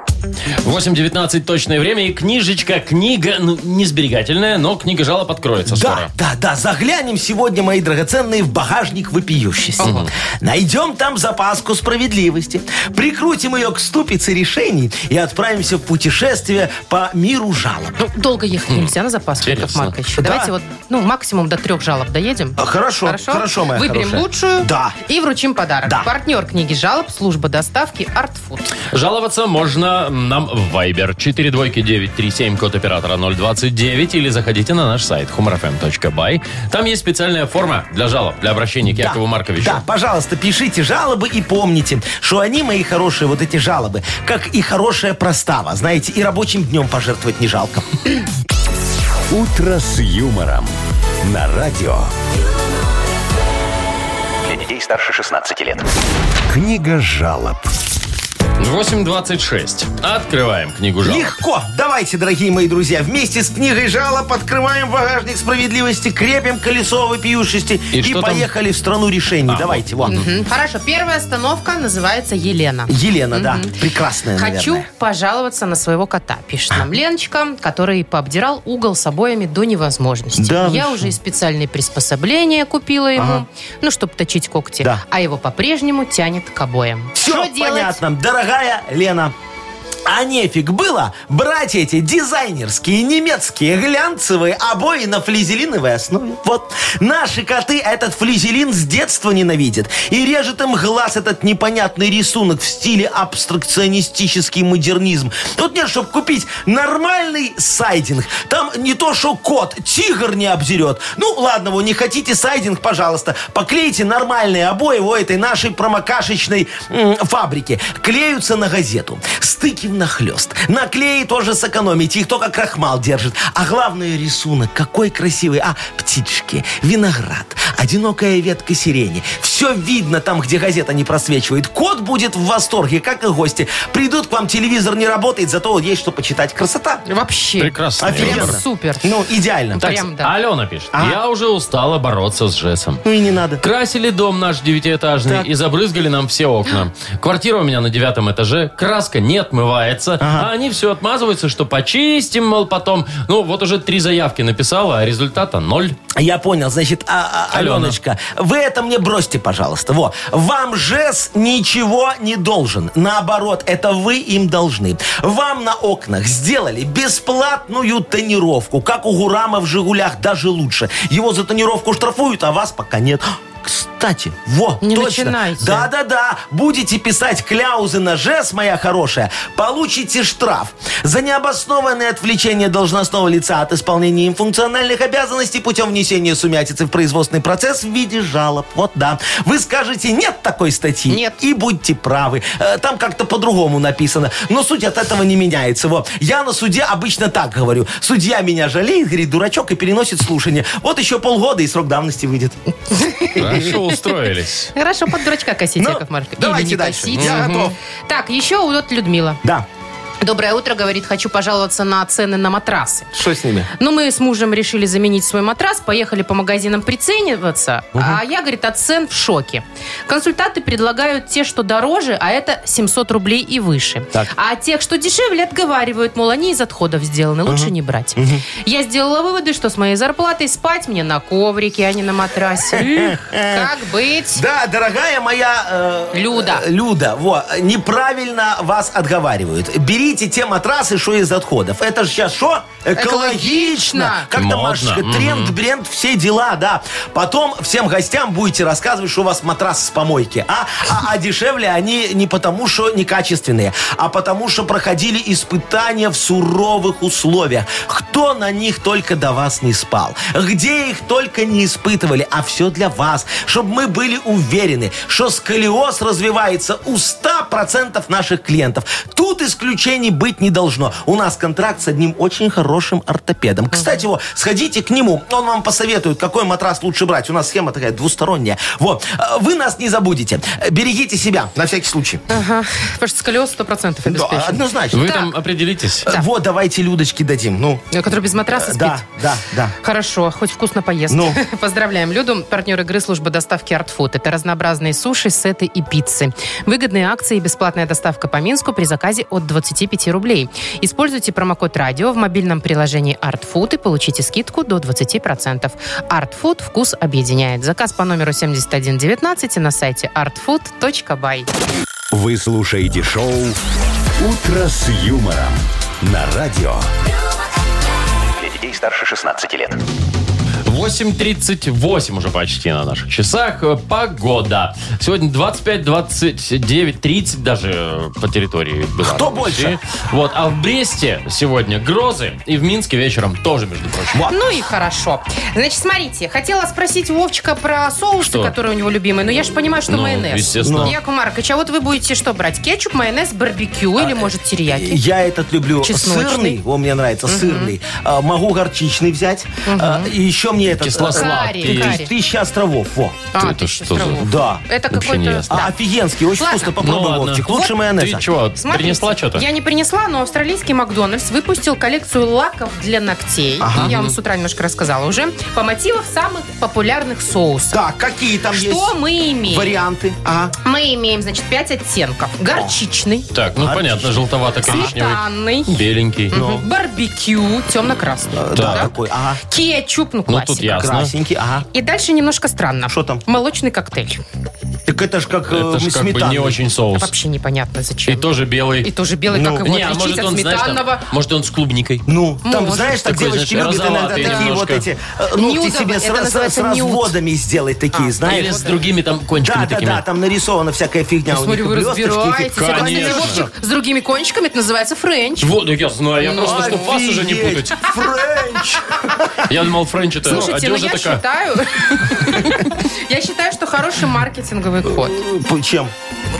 Speaker 2: 8.19 точное время и книжечка, книга, ну, не сберегательная, но книга жалоб откроется
Speaker 4: Да,
Speaker 2: скоро.
Speaker 4: да, да. Заглянем сегодня, мои драгоценные, в багажник вопиющийся. Найдем там запаску справедливости. Прикрутим ее к ступице решений и отправимся в путешествие по миру жалоб.
Speaker 3: Ну, долго ехать нельзя на запас, Яков
Speaker 2: Хм. Интересно.
Speaker 3: Маркович.
Speaker 4: Да.
Speaker 3: Давайте вот, ну, максимум до трех жалоб доедем.
Speaker 4: А, Хорошо, хорошо, моя
Speaker 3: Выберем
Speaker 4: хорошая.
Speaker 3: лучшую
Speaker 4: Да.
Speaker 3: и вручим подарок.
Speaker 4: Да.
Speaker 3: Партнер книги жалоб, служба доставки «Артфуд».
Speaker 2: Жаловаться можно нам в в Viber 42937, код оператора 029, или заходите на наш сайт humorfm.by. Там есть специальная форма для жалоб, для обращения к
Speaker 4: Да,
Speaker 2: Якову Марковичу.
Speaker 4: Да, пожалуйста, пишите жалобы и помните, что они, мои хорошие, вот эти жалобы, как и хорошая простава, знаете, и рабочим днем пожертвовать не жалко.
Speaker 1: «Утро с юмором» на радио.
Speaker 5: Для детей старше 16 лет.
Speaker 1: Книга жалоб.
Speaker 2: 8.26. Открываем книгу жалоб.
Speaker 4: Легко. Давайте, дорогие мои друзья, вместе с книгой жалоб открываем багажник справедливости, крепим колесо вопиюшести
Speaker 2: И
Speaker 4: и,
Speaker 2: что там?
Speaker 4: поехали в страну решений.
Speaker 2: А,
Speaker 4: Давайте, вот.
Speaker 3: Мгм. Хорошо, первая остановка называется Елена.
Speaker 4: Елена, да, прекрасная,
Speaker 3: Хочу
Speaker 4: наверное.
Speaker 3: пожаловаться на своего кота, пишет нам Леночка, который пообдирал угол с обоями до невозможности.
Speaker 4: Да вы
Speaker 3: Я
Speaker 4: что?
Speaker 3: уже и специальные приспособления купила ему, ну, чтобы точить когти.
Speaker 4: Да.
Speaker 3: А его по-прежнему тянет к обоям.
Speaker 4: Все
Speaker 3: Что делать?
Speaker 4: понятно. Дорогая Лена, а нефиг было брать эти дизайнерские немецкие глянцевые обои на флизелиновой основе. Вот. Наши коты этот флизелин с детства ненавидят. И режет им глаз этот непонятный рисунок в стиле абстракционистический модернизм. Тут нет, чтобы купить нормальный сайдинг. Там не то, что кот, тигр не обдерет. Ну, ладно, вы не хотите сайдинг, пожалуйста. Поклейте нормальные обои у этой нашей промокашечной м, фабрики. Клеются на газету. Стыки внахлёст. На клее тоже сэкономите. Их только крахмал держит. А главное рисунок. Какой красивый. А, птички, виноград, одинокая ветка сирени. Все видно там, где газета не просвечивает. Кот будет в восторге, как и гости. Придут к вам, телевизор не работает, зато есть что почитать. Красота.
Speaker 3: Вообще.
Speaker 2: Прекрасно.
Speaker 3: Прям
Speaker 4: Офигенно.
Speaker 3: супер.
Speaker 4: Ну, идеально.
Speaker 2: Так,
Speaker 3: Прям да.
Speaker 2: Алена пишет.
Speaker 4: Ага.
Speaker 2: Я уже устала бороться с Джессом.
Speaker 4: А. Ну и не надо.
Speaker 2: Красили дом наш девятиэтажный
Speaker 4: Так.
Speaker 2: и забрызгали нам все окна. Квартира у меня на девятом этаже, краска не отмывается, а они все отмазываются, что почистим, мол, потом. Ну, вот уже три заявки написала, а результата ноль.
Speaker 4: Я понял, значит, а, а-
Speaker 2: Алена.
Speaker 4: Аленочка, вы это мне бросьте, пожалуйста. Во. Вам ЖЭС ничего не должен. Наоборот, это вы им должны. Вам на окнах сделали бесплатную тонировку, как у Гурама в «Жигулях», даже лучше. Его за тонировку штрафуют, а вас пока нет. Кстати, во,
Speaker 3: Не
Speaker 4: точно.
Speaker 3: начинайте.
Speaker 4: Да, да-да, будете писать кляузы на ЖЭС, моя хорошая, получите штраф за необоснованное отвлечение должностного лица от исполнения им функциональных обязанностей путем внесения сумятицы в производственный процесс в виде жалоб. Вот да. Вы скажете, нет такой статьи.
Speaker 3: Нет.
Speaker 4: И будьте правы. Э, Там как-то по-другому написано. Но суть от этого не меняется. Вот. Я на суде обычно так говорю. Судья меня жалеет, говорит, дурачок, и переносит слушание. Вот еще полгода, и срок давности выйдет.
Speaker 2: Хорошо устроились.
Speaker 3: Хорошо, под дурачка косить,
Speaker 4: Ну,
Speaker 3: Яков Маркович. Или
Speaker 4: давайте
Speaker 3: не
Speaker 4: дальше.
Speaker 3: косить.
Speaker 4: Я
Speaker 3: Мгм.
Speaker 4: готов.
Speaker 3: Так, еще вот Людмила.
Speaker 4: Да.
Speaker 3: Доброе утро, говорит, хочу пожаловаться на цены на матрасы.
Speaker 4: Что с ними?
Speaker 3: Ну, мы с мужем решили заменить свой матрас, поехали по магазинам прицениваться, а я, говорит, от цен в шоке. Консультанты предлагают те, что дороже, а это 700 рублей и выше.
Speaker 4: Так.
Speaker 3: А тех, что дешевле, отговаривают, мол, они из отходов сделаны, лучше не брать. Я сделала выводы, что с моей зарплатой спать мне на коврике, а не на матрасе. Эх,
Speaker 4: [LAUGHS]
Speaker 3: Как быть?
Speaker 4: Да, дорогая моя... э,
Speaker 3: Люда.
Speaker 4: э, Люда, во, неправильно вас отговаривают. Берите те матрасы, что из отходов. Это же сейчас что?
Speaker 3: Экологично.
Speaker 4: Экологично. Как
Speaker 2: Модно.
Speaker 4: там, Машечка,
Speaker 2: Мгм.
Speaker 4: тренд, бренд, все дела, да. Потом всем гостям будете рассказывать, что у вас матрас с помойки. А, а, а дешевле они не потому, что некачественные, а потому, что проходили испытания в суровых условиях. Кто на них только до вас не спал? Где их только не испытывали? А все для вас. Чтобы мы были уверены, что сколиоз развивается у 100% наших клиентов. Тут исключений быть не должно. У нас контракт с одним очень хорошим ортопедом. Кстати, его сходите к нему, он вам посоветует, какой матрас лучше брать. У нас схема такая двусторонняя. Вот. Э, Вы нас не забудете. Э, Берегите себя, на всякий случай.
Speaker 3: Ага, Потому что сколиоз 100%
Speaker 4: Да,
Speaker 3: обеспечен.
Speaker 4: однозначно.
Speaker 2: Вы там определитесь.
Speaker 4: Э, Вот, давайте Людочке дадим. Ну,
Speaker 3: Который без матраса спит?
Speaker 4: да, да, да.
Speaker 3: Хорошо, хоть вкусно поест.
Speaker 4: Ну.
Speaker 3: [LAUGHS] Поздравляем Люду, партнер игры служба доставки Art Food. Это разнообразные суши, сеты и пиццы. Выгодные акции и бесплатная доставка по Минску при заказе от 25 рублей. Используйте промокод радио в мобильном приложении Art Food и получите скидку до 20%. Art Food вкус объединяет. Заказ по номеру 7119 и на сайте artfood.by.
Speaker 1: Вы слушаете шоу «Утро с юмором» на радио.
Speaker 5: Для детей старше 16 лет.
Speaker 2: 8.37 8.38 уже почти на наших часах. Э, Погода. Сегодня 25, 29, 30 даже э, по территории Беларуси.
Speaker 4: Кто больше?
Speaker 2: Вот. А в Бресте сегодня грозы. И в Минске вечером тоже, между прочим.
Speaker 4: Вот.
Speaker 3: Ну и хорошо. Значит, смотрите, хотела спросить Вовчика про соусы,
Speaker 2: Что?
Speaker 3: которые у него любимые, но я же понимаю, что
Speaker 2: Ну,
Speaker 3: майонез.
Speaker 2: естественно.
Speaker 3: Яков Маркович, а вот вы будете что брать? Кетчуп, майонез, барбекю
Speaker 2: А,
Speaker 3: или, может, терияки?
Speaker 4: Я этот люблю
Speaker 3: Чесночный.
Speaker 4: сырный, он мне нравится, сырный. А, могу горчичный взять. А, и еще мне этот...
Speaker 2: Кисло-сладкий.
Speaker 3: Карри,
Speaker 4: э,
Speaker 3: карри.
Speaker 4: Тысяча островов, во.
Speaker 3: А,
Speaker 2: это
Speaker 3: ты
Speaker 2: что за-
Speaker 3: здорово.
Speaker 4: Да.
Speaker 3: Это
Speaker 2: Вообще не
Speaker 3: какой-то...
Speaker 2: ясно.
Speaker 4: А,
Speaker 3: Да.
Speaker 4: офигенский, очень
Speaker 3: Ладно.
Speaker 4: вкусно. Попробуй,
Speaker 2: Ну ладно.
Speaker 4: Ну, Вовчик, лучше
Speaker 2: Вот
Speaker 4: майонеза.
Speaker 2: Ты чего,
Speaker 3: Смотрите,
Speaker 2: принесла что-то?
Speaker 3: Я не принесла, но австралийский Макдональдс выпустил коллекцию лаков для ногтей. Я вам с утра немножко рассказала уже. По мотивам самых популярных соусов.
Speaker 4: Так, какие там
Speaker 3: Что мы
Speaker 4: есть
Speaker 3: имеем?
Speaker 4: варианты? А? Ага.
Speaker 3: Мы имеем, значит, пять оттенков. Горчичный,
Speaker 2: Так, ну понятно, желтовато-коричневый.
Speaker 3: сметанный,
Speaker 2: Беленький.
Speaker 4: Ну,
Speaker 3: мгм, барбекю, темно-красный.
Speaker 4: Э, Да, такой, ага.
Speaker 3: Кетчуп, ну
Speaker 2: Ну, тут
Speaker 3: классика.
Speaker 2: ясно.
Speaker 4: Красненький, ага.
Speaker 3: И дальше немножко странно.
Speaker 4: Что там?
Speaker 3: Молочный коктейль.
Speaker 4: Так это ж как
Speaker 2: Это
Speaker 4: э,
Speaker 2: же как бы
Speaker 4: сметанный.
Speaker 2: не очень соус.
Speaker 3: Вообще непонятно
Speaker 2: И
Speaker 3: зачем.
Speaker 2: тоже белый.
Speaker 3: И тоже белый, как его
Speaker 2: Не, а
Speaker 3: отличить
Speaker 2: может
Speaker 3: от
Speaker 2: он, знаешь, там-
Speaker 3: сметанного.
Speaker 2: может он с клубникой.
Speaker 4: Ну, там,
Speaker 3: может.
Speaker 4: знаешь, так
Speaker 2: Такой,
Speaker 4: девочки
Speaker 2: знаешь,
Speaker 4: любят иногда
Speaker 2: розоватый
Speaker 4: такие вот
Speaker 2: немножко.
Speaker 4: эти э, ногти
Speaker 3: Нюдовый,
Speaker 4: себе с,
Speaker 3: это
Speaker 4: раз-
Speaker 3: называется
Speaker 4: с
Speaker 3: нюд.
Speaker 4: разводами сделать такие, знаешь.
Speaker 2: А, Или с другими там кончиками
Speaker 4: Да, да,
Speaker 2: такими.
Speaker 4: да, там нарисована всякая фигня. у
Speaker 3: Смотрю,
Speaker 4: них
Speaker 3: вы
Speaker 4: блесточки,
Speaker 3: разбираетесь.
Speaker 4: фиг-
Speaker 3: Это, кстати,
Speaker 2: Конечно.
Speaker 3: Вовчик, с другими кончиками это называется френч.
Speaker 2: Вот, я знаю, я
Speaker 3: Ну,
Speaker 2: просто, чтобы вас уже не
Speaker 4: Офигеть,
Speaker 2: путать.
Speaker 4: Френч!
Speaker 2: Я думал, френч это
Speaker 3: Слушайте, ну
Speaker 2: одежда
Speaker 3: я
Speaker 2: такая.
Speaker 3: считаю... Я считаю, [LAUGHS] что хороший маркетинговый ход.
Speaker 4: П- Э, Чем?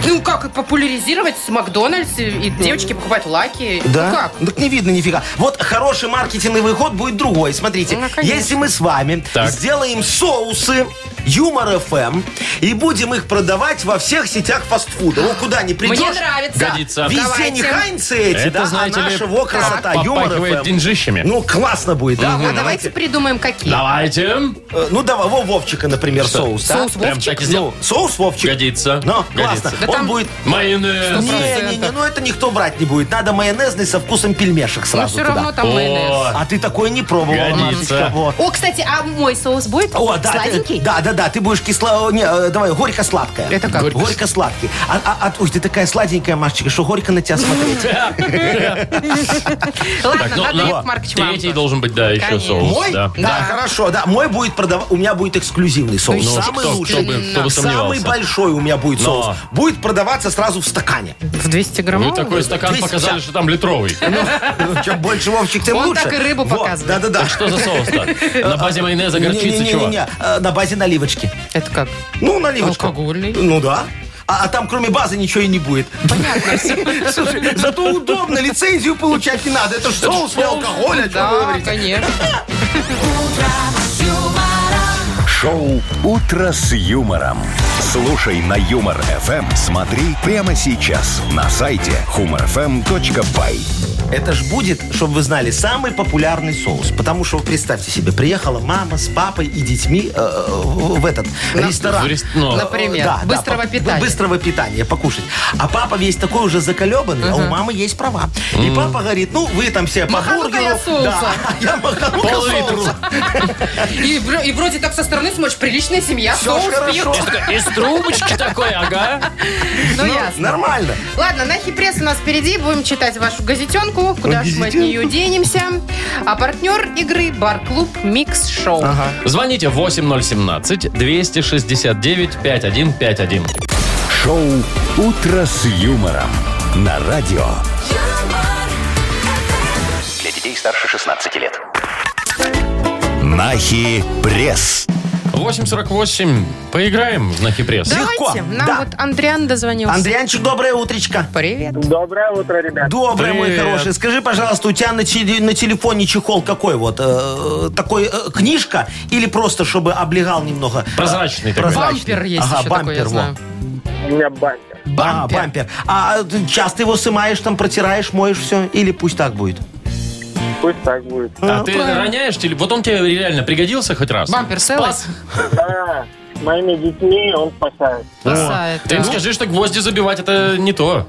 Speaker 3: Ну как, и популяризировать с Макдональдс, и и девочки покупают лаки. Ну
Speaker 4: Да?
Speaker 3: как?
Speaker 4: Так не видно нифига. Вот хороший маркетинговый ход будет другой. Смотрите,
Speaker 3: Ну, конечно.
Speaker 4: если мы с вами
Speaker 2: Так.
Speaker 4: сделаем соусы Юмор ФМ и будем их продавать во всех сетях фастфуда. Ну, куда не придешь.
Speaker 3: Мне нравится.
Speaker 2: Годится.
Speaker 4: Везде
Speaker 3: Давайте.
Speaker 4: не хайнцы эти,
Speaker 2: Это,
Speaker 4: да,
Speaker 2: знаете
Speaker 4: а
Speaker 2: ли,
Speaker 4: наша во красота. Юмор
Speaker 2: попахивает
Speaker 4: FM.
Speaker 2: деньжищами.
Speaker 4: Ну, классно будет, да?
Speaker 3: А давайте придумаем какие.
Speaker 2: Давайте.
Speaker 4: Э, Ну, давай, во Вовчика, например, соус. да?
Speaker 3: Соус
Speaker 2: Прям
Speaker 3: Вовчик?
Speaker 2: так и сделал.
Speaker 4: Ну, соус Вовчик.
Speaker 2: Годится.
Speaker 4: Ну,
Speaker 2: Годится.
Speaker 4: классно.
Speaker 3: Да
Speaker 4: Он
Speaker 3: там-
Speaker 4: будет...
Speaker 2: Майонез.
Speaker 4: Не, не, не, ну это никто брать не будет. Надо майонезный со вкусом пельмешек
Speaker 3: Но
Speaker 4: сразу
Speaker 3: все равно
Speaker 4: туда.
Speaker 3: там
Speaker 2: О.
Speaker 3: майонез.
Speaker 4: А ты такой не пробовал,
Speaker 2: Годится.
Speaker 4: Машечка, вот.
Speaker 3: О, кстати, а мой соус будет
Speaker 4: О, да,
Speaker 3: сладенький?
Speaker 4: ты- да, да, да, ты будешь кисло... Не, э, давай, горько-сладкое.
Speaker 3: Это как?
Speaker 4: Горько- Горько-сладкий. А, а- а- ой, ты такая сладенькая, Машечка, что горько на тебя смотреть.
Speaker 3: Ладно,
Speaker 2: Так, ну,
Speaker 3: надо
Speaker 2: на-
Speaker 3: Яков Маркович вам
Speaker 2: Третий
Speaker 3: тоже.
Speaker 2: должен быть, да, еще
Speaker 3: Конечно.
Speaker 2: соус.
Speaker 4: Мой?
Speaker 2: Да.
Speaker 4: Да, хорошо, да. Мой будет продавать... У меня будет эксклюзивный соус.
Speaker 2: Ну,
Speaker 4: Самый
Speaker 2: кто,
Speaker 4: лучший.
Speaker 2: кто бы, кто бы
Speaker 4: Самый
Speaker 2: сомневался.
Speaker 4: большой у меня будет
Speaker 2: Но.
Speaker 4: соус. Будет продаваться сразу в стакане.
Speaker 3: В 200
Speaker 2: Вы
Speaker 4: Ну,
Speaker 3: граммов?
Speaker 2: такой стакан
Speaker 4: Здесь
Speaker 2: показали,
Speaker 4: вся-
Speaker 2: что там литровый.
Speaker 4: Ну, Чем больше Вовчик, тем
Speaker 3: Он
Speaker 4: лучше.
Speaker 3: так и рыбу показывает.
Speaker 4: Да, да, да.
Speaker 2: Что за соус-то? На базе майонеза, горчицы, чего?
Speaker 4: э, На базе наливочки.
Speaker 3: Это как?
Speaker 4: Ну, наливочка.
Speaker 3: Алкогольный.
Speaker 4: Ну да. А, а там кроме базы ничего и не будет. [LAUGHS] Понятно. Слушай, зато удобно, лицензию получать не надо. Это ж соус для алкоголя, что вы
Speaker 3: Да,
Speaker 4: говорите.
Speaker 3: конечно.
Speaker 1: Шоу «Утро с юмором». Слушай на Юмор ФМ. Смотри прямо сейчас на сайте humorfm.by.
Speaker 4: Это ж будет, чтобы вы знали, самый популярный соус. Потому что, вот представьте себе, приехала мама с папой и детьми э, в этот ресторан.
Speaker 2: в рес- ну.
Speaker 3: Например, быстрого
Speaker 4: по-
Speaker 3: питания.
Speaker 4: Быстрого питания, покушать. А папа весь такой уже заколебанный, а у мамы есть права. И папа говорит, ну, вы там все по
Speaker 3: Маханука я
Speaker 4: бургеру.
Speaker 3: соуса.
Speaker 4: Да, [LAUGHS] я маханука
Speaker 2: Пол-литру.
Speaker 4: соуса.
Speaker 3: И, вро- и вроде так со стороны смотришь, приличная семья,
Speaker 4: Всё ж
Speaker 3: соус пьет.
Speaker 4: хорошо.
Speaker 2: Из трубочки такой, ага.
Speaker 3: Ну, ясно.
Speaker 4: Нормально.
Speaker 3: Ладно, нахи пресс у нас впереди. Будем читать вашу газетенку. Куда же мы от
Speaker 4: газетенку?
Speaker 3: нее денемся? А партнер игры Бар-клуб Микс Шоу.
Speaker 2: Звоните 8017-269-5151.
Speaker 1: Шоу «Утро с юмором» на радио.
Speaker 5: Для детей старше 16 лет.
Speaker 1: Нахи пресс.
Speaker 2: 848. Поиграем в Нахи Пресс.
Speaker 3: Давайте.
Speaker 4: Легко.
Speaker 3: Нам
Speaker 4: Да.
Speaker 3: вот Андриан дозвонился.
Speaker 4: Андрянчик, доброе утречко.
Speaker 3: Привет.
Speaker 6: Доброе утро, ребят.
Speaker 4: Доброе, мой
Speaker 2: Привет.
Speaker 4: хороший. Скажи, пожалуйста, у тебя на, теле- на телефоне чехол какой вот? э, такой э, книжка или просто, чтобы облегал немного?
Speaker 2: Прозрачный такой.
Speaker 3: Бампер есть
Speaker 4: Ага,
Speaker 3: еще такой, я
Speaker 4: бампер,
Speaker 3: знаю.
Speaker 6: У меня бампер.
Speaker 4: А, бампер. А ты часто его сымаешь, там протираешь, моешь все? Или пусть так будет?
Speaker 6: Пусть так будет.
Speaker 2: А ты роняешь теле- Вот он тебе реально пригодился хоть раз?
Speaker 3: Бампер
Speaker 2: Спас?
Speaker 3: селос?
Speaker 6: Да, с моими детьми он спасает.
Speaker 3: Спасает.
Speaker 2: А, Ты им скажи, что гвозди забивать это не то.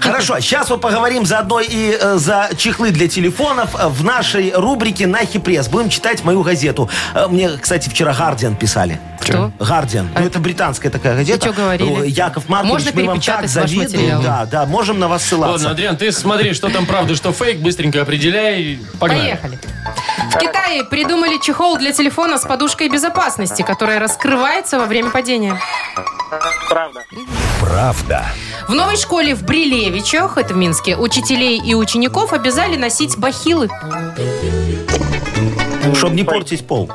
Speaker 4: Хорошо, сейчас мы поговорим заодно и э, за чехлы для телефонов э, в нашей рубрике «Нахи пресс». Будем читать мою газету. Э, Мне, кстати, вчера «Гардиан» писали.
Speaker 3: Кто?
Speaker 4: «Гардиан». Ну, это британская такая газета.
Speaker 3: А чё говорили?
Speaker 4: О, Яков Маркович,
Speaker 3: Можно
Speaker 4: мы вам так
Speaker 3: перепечатать ваш
Speaker 4: завидуем.
Speaker 3: материал.
Speaker 4: Да, да, можем на вас ссылаться.
Speaker 2: Ладно, Адриан, ты смотри, что там правда, что фейк, быстренько определяй. Погнали.
Speaker 3: Поехали. В Китае придумали чехол для телефона с подушкой безопасности, которая раскрывается во время падения.
Speaker 6: Правда.
Speaker 1: Правда.
Speaker 3: В новой школе в Брилевичах, это в Минске, учителей и учеников обязали носить бахилы.
Speaker 4: Чтобы не портить пол.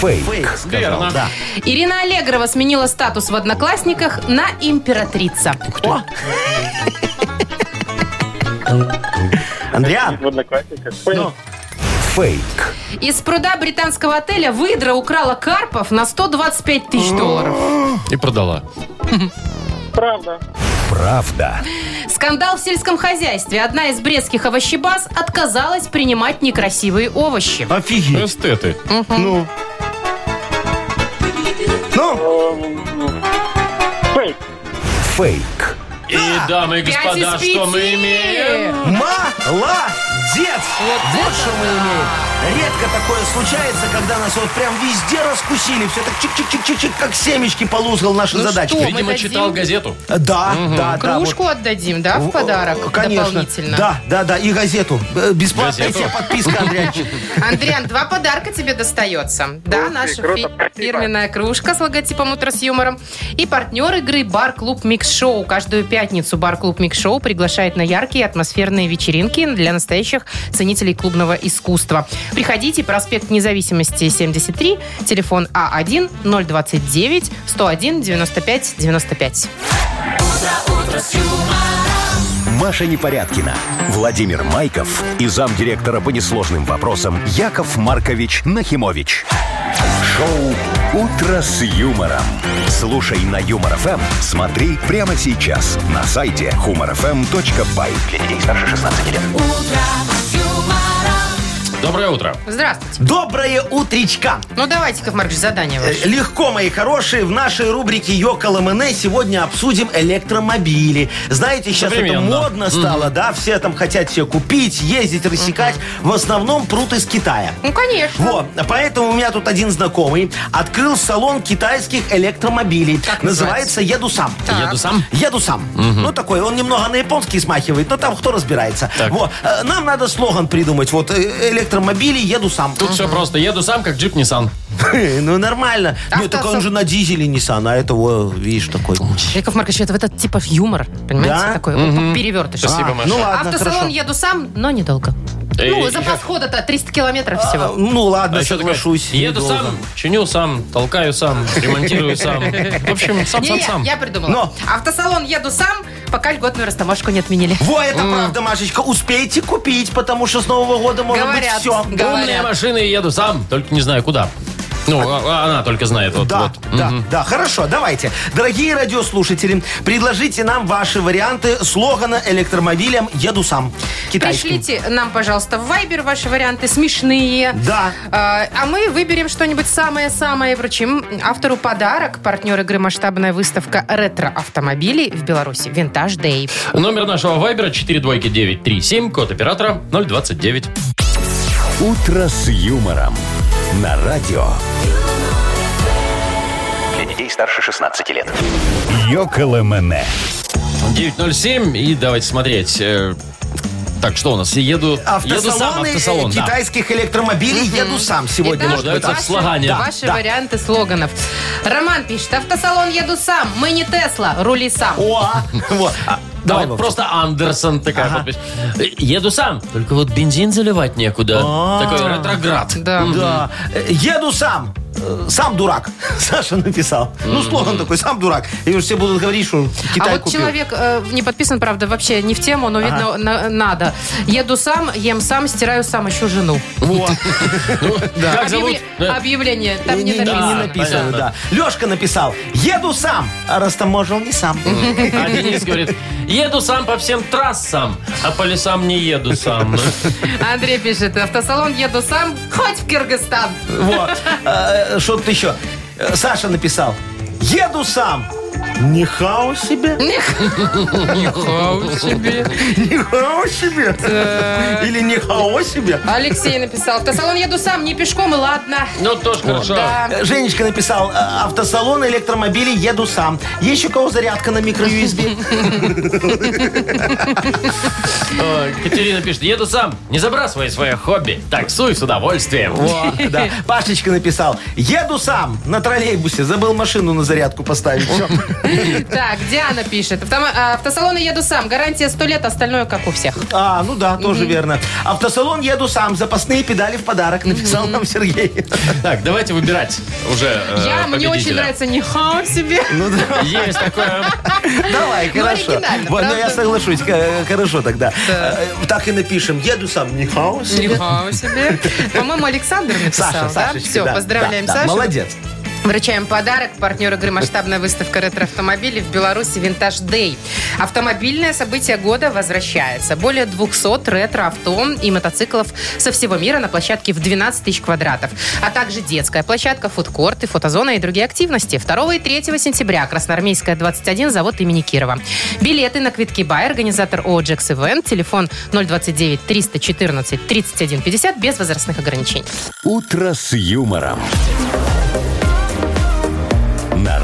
Speaker 1: Фейк.
Speaker 4: Фейк, сказал,
Speaker 2: Верно.
Speaker 4: да.
Speaker 3: Ирина Аллегрова сменила статус в «Одноклассниках» на «Императрица».
Speaker 4: О! Андриан,
Speaker 6: В одноклассниках. Понял?
Speaker 2: Ну.
Speaker 1: Фейк.
Speaker 3: Из пруда британского отеля выдра украла карпов на 125 тысяч долларов.
Speaker 2: И продала.
Speaker 6: Правда.
Speaker 1: Правда.
Speaker 3: Скандал в сельском хозяйстве. Одна из брестских овощебаз отказалась принимать некрасивые овощи.
Speaker 4: офигеть.
Speaker 2: Эстеты.
Speaker 4: Ну. Ну,
Speaker 6: Фейк.
Speaker 1: Фейк.
Speaker 2: И, дамы и господа,
Speaker 3: Пять из
Speaker 2: что мы
Speaker 3: пяти!
Speaker 2: имеем?
Speaker 4: молодец! Вот что мы имеем. Редко такое случается, когда нас вот прям везде раскусили. Все так чик-чик-чик-чик, как семечки полузгал наши
Speaker 3: Ну
Speaker 4: задачки.
Speaker 3: что?
Speaker 2: Видимо,
Speaker 3: мы
Speaker 2: читал
Speaker 3: дадим?
Speaker 2: газету.
Speaker 4: Да, да, да. вот.
Speaker 3: Кружку отдадим, да, в подарок
Speaker 4: Конечно.
Speaker 3: дополнительно?
Speaker 4: Да, да, да. И газету. Э, Бесплатная
Speaker 2: Газету?
Speaker 4: тебе подписка, Андрианчик.
Speaker 3: [LAUGHS] Андрян, два подарка тебе достается. Да, наша
Speaker 6: круто,
Speaker 3: фи-
Speaker 6: спасибо.
Speaker 3: фирменная кружка с логотипом «Утро с юмором». И партнер игры «Бар-клуб Микс Шоу». Каждую пятницу «Бар-клуб Микс Шоу» приглашает на яркие атмосферные вечеринки для настоящих ценителей клубного искусства. Приходите, проспект Независимости, 73, телефон А А1-029-101-95-95.
Speaker 1: Маша Непорядкина, Владимир Майков и замдиректора по несложным вопросам Яков Маркович Нахимович. Шоу «Утро с юмором». Слушай на Юмор ФМ, смотри прямо сейчас на сайте humorfm.by. Для детей старше 16 лет.
Speaker 2: Доброе утро.
Speaker 3: Здравствуйте.
Speaker 4: Доброе утречка.
Speaker 3: Ну, давайте, Яков Маркович, задание
Speaker 4: Э,
Speaker 3: ваше.
Speaker 4: Легко, мои хорошие, в нашей рубрике Йоко Ламене сегодня обсудим электромобили. Знаете, сейчас это
Speaker 2: Современно.
Speaker 4: модно стало, да? Все там хотят себе купить, ездить, рассекать. В основном прут из Китая.
Speaker 6: Э,
Speaker 3: Ну, конечно.
Speaker 4: Вот, поэтому у меня тут один знакомый открыл салон китайских электромобилей.
Speaker 3: Как называется?
Speaker 4: называется «Еду сам».
Speaker 2: Еду сам.
Speaker 4: Еду сам. Ну, такой, он немного на японский смахивает, но там кто разбирается.
Speaker 2: Так.
Speaker 4: Вот. Э, Нам надо слоган придумать. Вот, э, электромобили «Еду сам».
Speaker 2: Тут все просто. Еду сам, как джип Nissan.
Speaker 4: [LAUGHS] Ну, нормально.
Speaker 3: Автосо-
Speaker 4: Нет, так он же на дизеле Nissan, а это, о, видишь, такой...
Speaker 3: Яков Маркович, это в этот типа юмор, понимаете,
Speaker 4: Да?
Speaker 3: такой перевертыш.
Speaker 2: Спасибо, Маша.
Speaker 4: Ну, ладно,
Speaker 3: Автосалон
Speaker 4: хорошо.
Speaker 3: еду сам, но недолго.
Speaker 2: Эй,
Speaker 3: ну,
Speaker 2: Яков.
Speaker 3: запас хода-то 300 километров
Speaker 4: А,
Speaker 3: всего.
Speaker 4: Ну,
Speaker 2: А
Speaker 4: ладно,
Speaker 2: еще такая,
Speaker 4: соглашусь.
Speaker 2: Еду
Speaker 4: недолго.
Speaker 2: сам, чиню сам, толкаю сам, ремонтирую сам. В общем,
Speaker 3: Не,
Speaker 2: сам-сам-сам.
Speaker 3: я придумала.
Speaker 4: Но.
Speaker 3: Автосалон еду сам, пока льготную растаможку не отменили.
Speaker 4: Во, это правда, Машечка. Успейте купить, потому что с Нового года может
Speaker 3: Говорят,
Speaker 4: быть все.
Speaker 2: Умные
Speaker 3: говорят.
Speaker 2: машины и еду сам, только не знаю куда. Ну, а- а она только знает. Вот,
Speaker 4: Да,
Speaker 2: вот.
Speaker 4: да, да, хорошо, давайте. Дорогие радиослушатели, предложите нам ваши варианты слогана электромобилям «Еду сам». Китайским.
Speaker 3: Пришлите нам, пожалуйста, в Viber ваши варианты смешные.
Speaker 4: Да.
Speaker 3: А а мы выберем что-нибудь самое-самое и вручим автору подарок. Партнер игры «Масштабная выставка ретро-автомобилей» в Беларуси. Винтаж Дэй.
Speaker 2: Номер нашего вайбера 42937, код оператора 029.
Speaker 1: «Утро с юмором» на радио
Speaker 5: Для детей старше 16 лет.
Speaker 1: Йоко Ламене.
Speaker 2: 907, и давайте смотреть. э, Так, что у нас? Еду, еду сам,
Speaker 4: Автосалоны э,
Speaker 2: автосалон, да.
Speaker 4: китайских электромобилей «Еду сам» сегодня.
Speaker 3: Итак,
Speaker 4: может быть,
Speaker 2: нуждается
Speaker 4: так.
Speaker 2: в слогане.
Speaker 4: Да,
Speaker 3: ваши
Speaker 4: да.
Speaker 3: варианты слоганов. Роман пишет, автосалон еду сам, мы не Тесла, рули сам.
Speaker 4: О, вот. А,
Speaker 2: Давай,
Speaker 4: Вовчик.
Speaker 2: просто Андерсон такая подпись. Э, Еду сам, только вот бензин заливать некуда.
Speaker 4: А.
Speaker 2: Такой ретроград.
Speaker 3: Да. А
Speaker 4: Да. Э, Еду сам. Э, Сам дурак. [LAUGHS] Саша написал. Ну, слоган такой, сам дурак. И уж все будут говорить, что
Speaker 3: А
Speaker 4: Китай
Speaker 3: вот
Speaker 4: купил.
Speaker 3: человек э, не подписан, правда, вообще не в тему, но, видно, на- надо. Еду сам, ем сам, стираю сам, ищу жену.
Speaker 4: Во.
Speaker 2: Как зовут? Э,
Speaker 3: Объявле- Объявление, там [LAUGHS] не, написано.
Speaker 4: не написано,
Speaker 2: понятно.
Speaker 4: да. Лешка написал, еду сам, а растаможил не сам. [LAUGHS]
Speaker 2: А Денис говорит, еду сам по всем трассам, а по лесам не еду сам. Ну,
Speaker 3: [LAUGHS] Андрей пишет, автосалон еду сам, хоть в Кыргызстан.
Speaker 4: Вот. Э, Что тут еще? Э, Саша написал, еду сам, Нихао себе?
Speaker 3: [LAUGHS] Нихау себе.
Speaker 4: Нихао себе? Или нихао себе?
Speaker 3: Алексей написал, в салон еду сам, не пешком, и ладно. [LAUGHS]
Speaker 2: Ну, тоже хорошо.
Speaker 3: Да.
Speaker 4: Э, Женечка написал, э, автосалон, электромобили, еду сам. Есть у кого зарядка на микро-USB?
Speaker 2: Э, Катерина пишет, еду сам, не забрасывай свое хобби, таксуй с удовольствием.
Speaker 3: [LAUGHS]
Speaker 4: Во, да. Пашечка написал, еду сам на троллейбусе, забыл машину на зарядку поставить. Всё.
Speaker 3: Так, Диана пишет. «Автома- а, Автосалоны еду сам. Гарантия 100 лет, остальное как у всех.
Speaker 4: А, ну да, тоже верно. Автосалон еду сам, запасные педали в подарок, написал нам Сергей.
Speaker 2: Так, давайте выбирать уже э,
Speaker 3: Я, мне очень
Speaker 2: победителя.
Speaker 3: нравится нихау себе.
Speaker 4: [LAUGHS]
Speaker 3: Ну,
Speaker 4: Ну да.
Speaker 2: Есть такое.
Speaker 4: Давай, хорошо.
Speaker 3: оригинально,
Speaker 4: Вот, Ну, я
Speaker 3: правда?
Speaker 4: соглашусь, э, хорошо тогда. Э, Так и напишем. Еду сам, не хаос.
Speaker 3: Нихау себе. По-моему, Александр написал,
Speaker 4: Саша,
Speaker 3: да?
Speaker 4: Сашечка,
Speaker 3: Все,
Speaker 4: да,
Speaker 3: поздравляем
Speaker 4: да, да,
Speaker 3: Сашу.
Speaker 4: Молодец.
Speaker 3: Вручаем подарок. Партнер игры «Масштабная выставка ретро-автомобилей» в Беларуси «Винтаж Дэй». Автомобильное событие года возвращается. Более 200 ретро-авто и мотоциклов со всего мира на площадке в 12 тысяч квадратов. А также детская площадка, фудкорты, фотозона и другие активности. 2 и 3 сентября Красноармейская, 21, завод имени Кирова. Билеты на квитки Бай, организатор ООО «Джекс Ивент», телефон 029 314 31 50 без возрастных ограничений.
Speaker 1: «Утро с юмором». На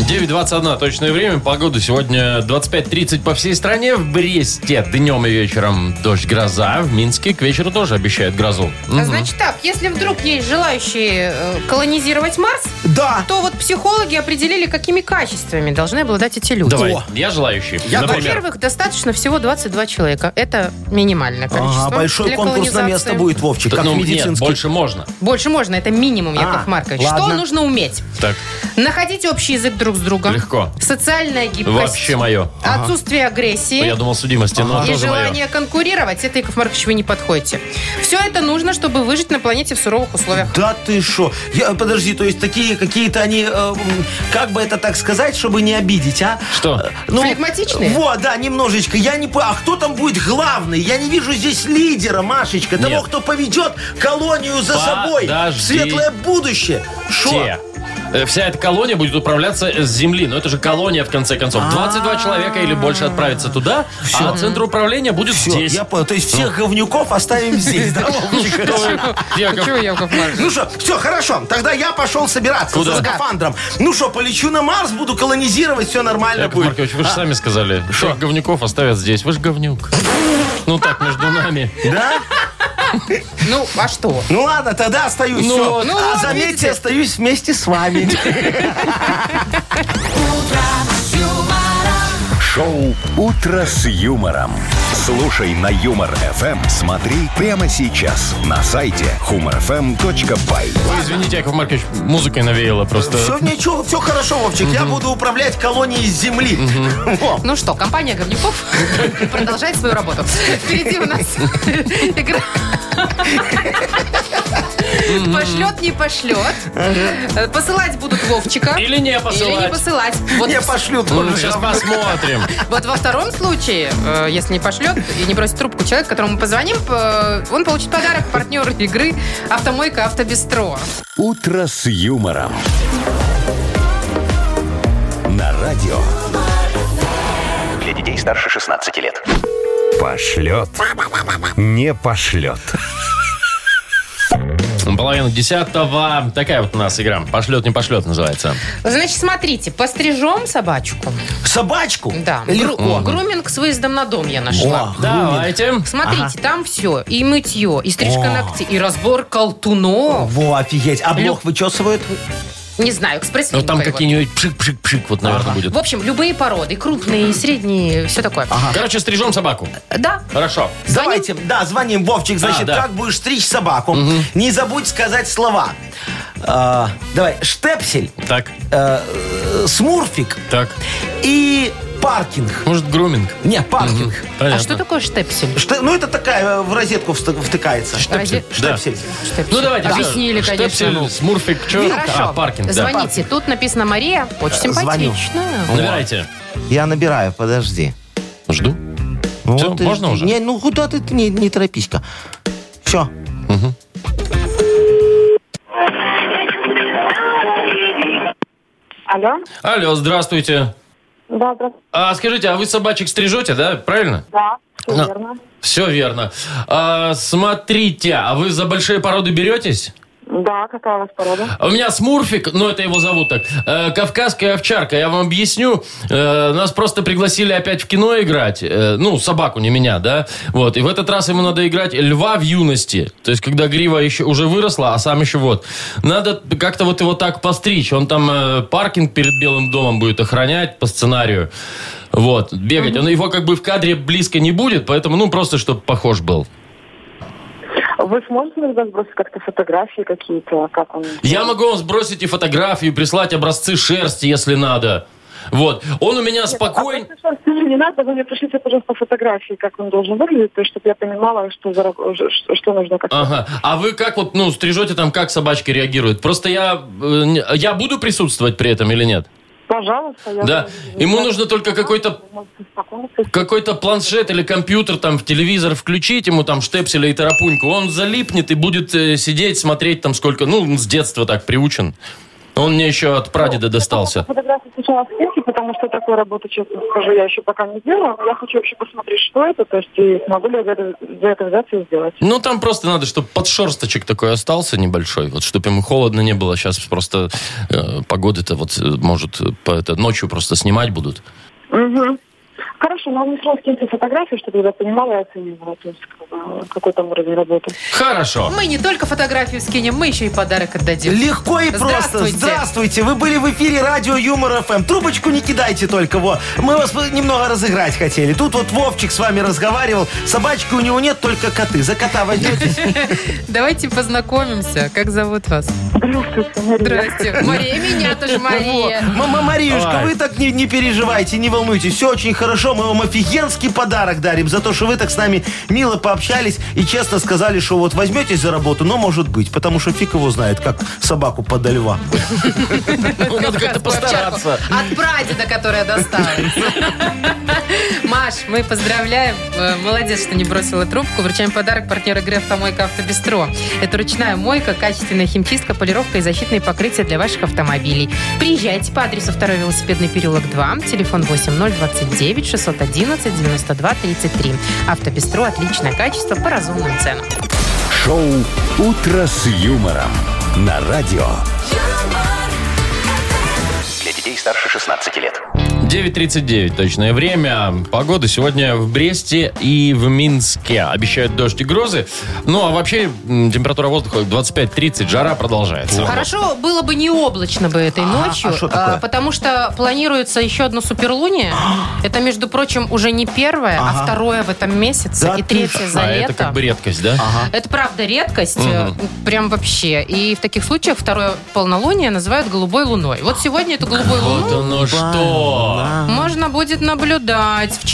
Speaker 2: 9.21 точное время. Погода сегодня 25.30 по всей стране. В Бресте днем и вечером дождь, гроза. В Минске к вечеру тоже обещают грозу.
Speaker 3: А Значит так, если вдруг есть желающие э, колонизировать Марс,
Speaker 4: Да.
Speaker 3: то вот психологи определили, какими качествами должны обладать эти люди.
Speaker 2: Давай, я желающий.
Speaker 4: Я
Speaker 2: Например,
Speaker 3: Во-первых, достаточно всего 22 человека. Это минимальное количество.
Speaker 4: Ага, большой
Speaker 3: для
Speaker 4: конкурс на
Speaker 3: колонизации.
Speaker 4: место будет, Вовчик, как
Speaker 2: ну, нет,
Speaker 4: медицинский.
Speaker 2: больше можно.
Speaker 3: Больше можно, это минимум, Яков
Speaker 4: А,
Speaker 3: Маркович. Что
Speaker 4: ладно.
Speaker 3: нужно уметь?
Speaker 2: Так,
Speaker 3: Находить общий язык друг с другом.
Speaker 2: Легко.
Speaker 3: Социальная гибкость.
Speaker 2: вообще мое.
Speaker 3: Отсутствие агрессии.
Speaker 2: Я думал, судимости, но
Speaker 3: И
Speaker 2: тоже мое.
Speaker 3: желание конкурировать, это, Яков Маркович, вы не подходите. Все это нужно, чтобы выжить на планете в суровых условиях.
Speaker 4: Да ты шо? Я, подожди, то есть такие какие-то они, э, м, как бы это так сказать, чтобы не обидеть, а?
Speaker 2: Что?
Speaker 4: Ну,
Speaker 3: Флегматичные?
Speaker 4: Вот, да, немножечко. Я не по... А кто там будет главный? Я не вижу здесь лидера, Машечка. Того,
Speaker 2: Нет.
Speaker 4: кто поведет колонию за собой.
Speaker 2: Подожди.
Speaker 4: в Светлое будущее. Шо?
Speaker 2: Те. Э, Вся эта колония будет управляться с Земли. Но это же колония, в конце концов. 22 человека или больше отправится туда, а центр управления будет
Speaker 4: Всё,
Speaker 2: здесь. Ну.
Speaker 4: я понял. То есть всех
Speaker 2: [LAUGHS]
Speaker 4: говнюков оставим здесь, да, Вовчик?
Speaker 2: Яков,
Speaker 3: Чего, Яков Маркович?
Speaker 4: Ну что, все, хорошо. Тогда я пошел собираться
Speaker 2: Куда?
Speaker 4: за скафандром. Ну что, полечу на Марс, буду колонизировать, все нормально
Speaker 2: Яков
Speaker 4: будет.
Speaker 2: Маркович, вы же
Speaker 4: А,
Speaker 2: сами сказали, что говнюков оставят здесь. Вы же говнюк. Ну так, между нами.
Speaker 4: Да?
Speaker 3: Ну, а что?
Speaker 4: Ну ладно, тогда остаюсь.
Speaker 2: Ну
Speaker 4: всё.
Speaker 2: вот.
Speaker 3: Ну
Speaker 4: а
Speaker 3: вот,
Speaker 4: заметьте,
Speaker 3: видите.
Speaker 4: остаюсь вместе с вами.
Speaker 1: Шоу «Утро с юмором». Слушай на Юмор ФМ. Смотри прямо сейчас на сайте humorfm.by.
Speaker 2: Вы извините, Яков Маркович, музыкой навеяло
Speaker 4: Все
Speaker 2: просто.
Speaker 4: ничего, все хорошо, Вовчик. Я буду управлять колонией с земли. Во.
Speaker 3: Ну что, компания говнюков [LAUGHS] продолжает свою работу. Впереди у нас игра. Пошлет, не пошлет. Э, Посылать будут Вовчика.
Speaker 2: Или не
Speaker 3: Или не
Speaker 2: посылать.
Speaker 3: посылать. Вот,
Speaker 4: Не пошлю
Speaker 2: Ну,
Speaker 4: тоже.
Speaker 2: Сейчас посмотрим.
Speaker 3: вот во втором случае, э, если не пошлет и не бросит трубку человек, которому мы позвоним, э, он получит подарок партнер игры «Автомойка Автобестро».
Speaker 1: «Утро с юмором». На радио.
Speaker 5: Для детей старше 16 лет.
Speaker 8: Пошлет. Не пошлет.
Speaker 2: Половина десятого. Такая вот у нас игра. Пошлет, не пошлет называется.
Speaker 3: Значит, смотрите, пострижем собачку.
Speaker 4: Собачку?
Speaker 3: Да. Гру-
Speaker 4: Легко.
Speaker 3: Груминг с выездом на дом я нашла.
Speaker 4: О,
Speaker 2: Давайте.
Speaker 3: Смотрите, там все. И мытье, и стрижка ногтей, и разбор колтунов.
Speaker 4: Во, офигеть. А блох вычесывают?
Speaker 3: Не знаю, экспресс
Speaker 2: Ну там какие-нибудь пшик-пшик-пшик вот, наверное, будет.
Speaker 3: В общем, любые породы, крупные, средние, все такое.
Speaker 2: Короче, стрижем собаку.
Speaker 3: Да. А
Speaker 2: Хорошо.
Speaker 4: Давайте, да, звоним, Вовчик, значит,
Speaker 2: да.
Speaker 4: как будешь стричь собаку, не забудь сказать слова. Э, давай, штепсель,
Speaker 2: Так,
Speaker 4: э, э, смурфик
Speaker 2: так.
Speaker 4: и паркинг.
Speaker 2: Может, груминг?
Speaker 4: Не, паркинг.
Speaker 2: Понятно.
Speaker 3: А что такое штепсель?
Speaker 4: Ште- ну, это такая э, в розетку вст- втыкается.
Speaker 3: Штепсель.
Speaker 2: Да.
Speaker 4: Штепсель.
Speaker 3: Штепсель.
Speaker 2: Ну, давайте. всё.
Speaker 3: Объяснили,
Speaker 2: Штепсель,
Speaker 3: конечно. ну.
Speaker 2: смурфик, что?
Speaker 3: Хорошо.
Speaker 2: А, паркинг, да. Э,
Speaker 3: Звоните. Тут написано Мария. Очень
Speaker 4: Звоню.
Speaker 3: симпатично.
Speaker 2: Набирайте.
Speaker 4: Я набираю, подожди.
Speaker 2: Жду.
Speaker 4: Ну,
Speaker 2: Всё,
Speaker 4: ты-
Speaker 2: можно уже?
Speaker 4: Не, ну куда ты, не, не торопись-ка. Все.
Speaker 9: Алло.
Speaker 2: Алло, здравствуйте.
Speaker 9: Да, здравствуйте.
Speaker 2: А скажите, а вы собачек стрижете, да? Правильно?
Speaker 9: Да, всё
Speaker 2: Ну.
Speaker 9: верно.
Speaker 2: Все верно. А, смотрите, а вы за большие породы беретесь?
Speaker 9: Да, какая у вас порода?
Speaker 2: А У меня смурфик, ну это его зовут так, э, кавказская овчарка, я вам объясню. Э, нас просто пригласили опять в кино играть, э, ну, собаку, не меня, да? Вот, и в этот раз ему надо играть льва в юности, то есть когда грива еще уже выросла, а сам еще вот. Надо как-то вот его так постричь, он там э, паркинг перед Белым домом будет охранять по сценарию. Вот, бегать. Он его как бы в кадре близко не будет, поэтому, ну, просто чтобы похож был.
Speaker 9: Вы сможете мне сбросить как-то фотографии какие-то, как он?
Speaker 2: Я могу вам сбросить и фотографию, прислать образцы шерсти, если надо. Вот. Он у меня спокойный.
Speaker 9: А просто, что Не надо, вы мне пришлите, пожалуйста, фотографии, как он должен выглядеть, то есть, чтобы я понимала, что, за, ш- что нужно как
Speaker 2: Ага. А вы как вот, ну, стрижете там, как собачки реагируют? Просто я, э, не- я буду присутствовать при этом или нет?
Speaker 9: Пожалуйста, я...
Speaker 2: Да. Ему нужно только какой-то
Speaker 9: Вы можете успокоиться.
Speaker 2: какой-то планшет или компьютер, там, в телевизор включить ему, там, штепселя и тарапуньку. Он залипнет и будет э, сидеть, смотреть там сколько... Ну, он с детства так приучен. Он мне еще от
Speaker 9: Ну,
Speaker 2: прадеда достался.
Speaker 9: Фотографии сначала скиньте, потому что такую работу, честно скажу, я еще пока не делала. Но я хочу вообще посмотреть, что это, то есть, и смогу ли я за это, за это взяться и сделать.
Speaker 2: Ну, там просто надо, чтобы подшерсточек такой остался небольшой, вот, чтобы ему холодно не было. Сейчас просто э, погода-то вот э, может э, по, это, ночью просто снимать будут.
Speaker 9: Угу. Хорошо, но мне сразу скиньте фотографии, чтобы я понимала и оценивала, то есть, как бы, какой там уровень работы.
Speaker 2: Хорошо.
Speaker 3: Мы не только фотографию скинем, мы еще и подарок отдадим.
Speaker 4: Легко и просто.
Speaker 3: Здравствуйте.
Speaker 4: Здравствуйте. Вы были в эфире радио Юмор ФМ. Трубочку не кидайте только, во. Мы вас немного разыграть хотели. Тут вот Вовчик с вами разговаривал. Собачки у него нет, только коты. За кота возьметесь.
Speaker 3: Давайте познакомимся. Как зовут вас?
Speaker 9: Здравствуйте, Мария.
Speaker 2: [LAUGHS]
Speaker 3: Здрасте. Мария, меня тоже Мария.
Speaker 4: Мама Мариюшка,
Speaker 2: Ой.
Speaker 4: вы так не, не переживайте, не волнуйтесь. Все очень хорошо. Мы вам офигенский подарок дарим за то, что вы так с нами мило пообщались и честно сказали, что вот возьметесь за работу, но может быть, потому что фиг его знает, как собаку подо льва.
Speaker 2: Ну, надо как-то постараться.
Speaker 3: От прадеда, которая досталась. Маш, мы поздравляем. Э, Молодец, что не бросила трубку. Вручаем подарок партнеру игры «Автомойка Автобестро». Это ручная мойка, качественная химчистка, полировка и защитные покрытия для ваших автомобилей. Приезжайте по адресу 2 велосипедный переулок 2, телефон 8029 611 92 33. Автобестро – отличное качество по разумным ценам.
Speaker 1: Шоу «Утро с юмором» на радио.
Speaker 5: Для детей старше 16 лет.
Speaker 2: 9.39 точное время. Погода сегодня в Бресте и в Минске. Обещают дождь и грозы. Ну, а вообще м, температура воздуха 25-30, жара продолжается.
Speaker 3: Хорошо было бы не облачно бы этой ночью,
Speaker 4: а что такое?
Speaker 3: а, потому что планируется еще
Speaker 2: [GASPS]
Speaker 3: одно суперлуние. Это, между прочим, уже не первое, а второе в этом месяце
Speaker 4: Да
Speaker 3: и
Speaker 4: ты
Speaker 3: третье
Speaker 4: ж.
Speaker 3: за
Speaker 2: а это
Speaker 3: лето.
Speaker 2: как бы редкость, да?
Speaker 3: Это правда редкость, э, прям вообще. И в таких случаях второе полнолуние называют голубой луной. Вот сегодня эту голубую
Speaker 2: Вот
Speaker 3: луну
Speaker 2: оно что.
Speaker 3: можно будет наблюдать в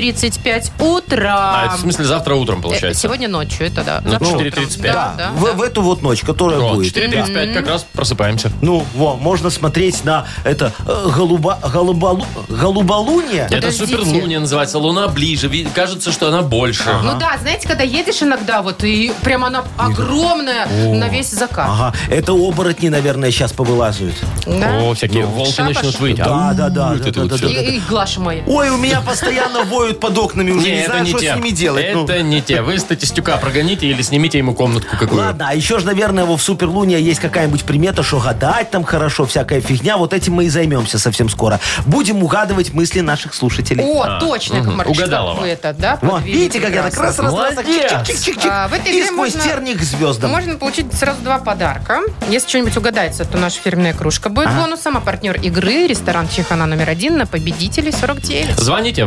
Speaker 3: 4.35
Speaker 2: А,
Speaker 3: утра.
Speaker 2: это в смысле завтра утром,
Speaker 3: Э,
Speaker 2: получается?
Speaker 3: Сегодня ночью, это да.
Speaker 2: Ну,
Speaker 3: Завтра утром.
Speaker 2: 4:35.
Speaker 3: Да, да,
Speaker 4: в,
Speaker 3: да.
Speaker 4: в эту вот ночь, которая
Speaker 2: Вот,
Speaker 4: будет.
Speaker 2: 4.35, как раз просыпаемся.
Speaker 4: Ну, во, можно смотреть на это э, голуба, голуболу, голуболуние.
Speaker 2: Это
Speaker 3: Подождите.
Speaker 2: суперлуния называется. Луна ближе. Ви- Кажется, что она больше.
Speaker 3: Ну да, знаете, когда едешь иногда, вот, и прям она огромная на весь закат.
Speaker 4: Ага, это оборотни, наверное, сейчас повылазают.
Speaker 3: Да?
Speaker 2: О, всякие волки
Speaker 3: Шабаш.
Speaker 2: начнут выть.
Speaker 4: Да,
Speaker 2: Ау,
Speaker 4: да, да,
Speaker 2: вот
Speaker 4: да,
Speaker 2: это
Speaker 4: да,
Speaker 2: вот
Speaker 4: да,
Speaker 2: всё.
Speaker 4: да.
Speaker 3: И, и Глаша моя.
Speaker 4: Ой, у меня постоянно воют под окнами, уже
Speaker 2: Не,
Speaker 4: не
Speaker 2: это
Speaker 4: знаю,
Speaker 2: не
Speaker 4: что
Speaker 2: те.
Speaker 4: с ними делать. ну.
Speaker 2: Это не те. Вы статистюка прогоните или снимите ему комнатку какую.
Speaker 4: Ладно, а еще же, наверное, во в Суперлуния есть какая-нибудь примета, что гадать там хорошо, всякая фигня. Вот этим мы и займемся совсем скоро. Будем угадывать мысли наших слушателей.
Speaker 3: О, точно, Яков Маркович, что
Speaker 2: Угадалова.
Speaker 3: вы это, да,
Speaker 4: Во,
Speaker 3: подвели
Speaker 4: видите, как я так раз,
Speaker 3: прекрасно.
Speaker 4: раз, раз, так
Speaker 2: Молодец.
Speaker 4: чик-чик-чик-чик.
Speaker 3: А, в этой
Speaker 4: и
Speaker 3: игре
Speaker 4: сквозь
Speaker 3: можно-
Speaker 4: терник к звездам.
Speaker 3: Можно получить сразу два подарка. Если что-нибудь угадается, то наша фирменная кружка будет бонусом, а партнер игры – ресторан «Чехана» номер один на победителей 49.
Speaker 2: Звоните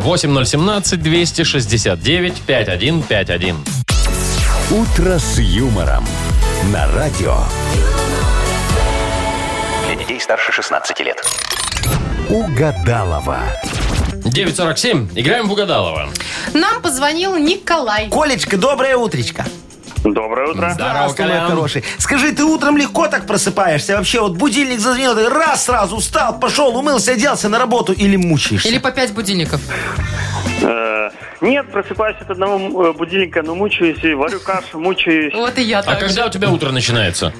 Speaker 2: 8017-269-5151.
Speaker 1: «Утро с юмором» на радио.
Speaker 5: Для детей старше 16 лет.
Speaker 1: Угадалова.
Speaker 2: 947. Играем в Угадалова.
Speaker 3: Нам позвонил Николай.
Speaker 4: Колечка, доброе утречко.
Speaker 10: Доброе утро.
Speaker 2: Здорово,
Speaker 4: Здравствуй, мой
Speaker 2: Колян.
Speaker 4: хороший. Скажи, ты утром легко так просыпаешься? Вообще, вот будильник зазвенел, ты раз сразу встал, пошел, умылся, оделся на работу или мучаешься?
Speaker 3: Или по пять будильников.
Speaker 10: Э, Нет, просыпаюсь от одного э, будильника, но мучаюсь и варю кашу, мучаюсь.
Speaker 3: Вот и я
Speaker 2: А
Speaker 3: так же.
Speaker 2: когда у тебя утро начинается?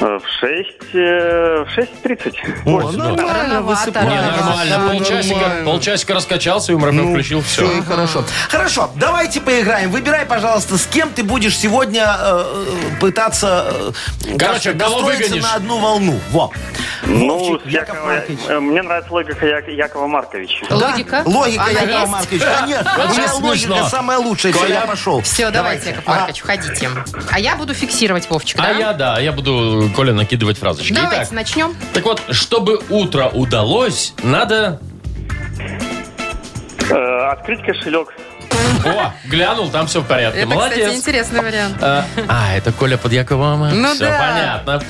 Speaker 10: Э, В 6... э, В 6.30.
Speaker 4: О, нормально
Speaker 3: Рановато,
Speaker 4: высыпаешься.
Speaker 2: ну, Не, нормально.
Speaker 3: Нормально.
Speaker 2: Полчасика, полчасика раскачался, юмор
Speaker 4: Ну,
Speaker 2: ФМ включил, все.
Speaker 4: и хорошо. Хорошо, давайте поиграем. Выбирай, пожалуйста, с кем ты будешь сегодня э, э, пытаться... э,
Speaker 2: Короче,
Speaker 4: как-то
Speaker 2: кого
Speaker 4: настроиться
Speaker 2: выгонишь?
Speaker 4: на одну волну. Во.
Speaker 10: Ну,
Speaker 4: Вовчик,
Speaker 10: с Якова- э, мне нравится логика Я- Якова Марковича.
Speaker 4: Да?
Speaker 3: А Логика?
Speaker 4: Логика
Speaker 3: Она
Speaker 4: Якова
Speaker 3: есть?
Speaker 4: Марковича. Конечно,
Speaker 2: Вот
Speaker 4: у меня
Speaker 2: сейчас
Speaker 4: логика
Speaker 2: смешно.
Speaker 4: самая лучшая. Все, я пошел.
Speaker 3: Все, давайте, Яков Маркович, входите. А я буду фиксировать, Вовчик,
Speaker 2: А
Speaker 3: да?
Speaker 2: я, да, я буду Коля накидывать фразочки.
Speaker 3: Давайте
Speaker 2: Итак,
Speaker 3: начнем.
Speaker 2: так вот, чтобы утро удалось, надо...
Speaker 10: Э, Открыть кошелек.
Speaker 2: О, глянул, там все в порядке.
Speaker 3: Это, кстати,
Speaker 2: Молодец.
Speaker 3: интересный вариант.
Speaker 2: А, а, это Коля под Яковом.
Speaker 3: Ну
Speaker 2: Все
Speaker 3: да.
Speaker 2: понятно.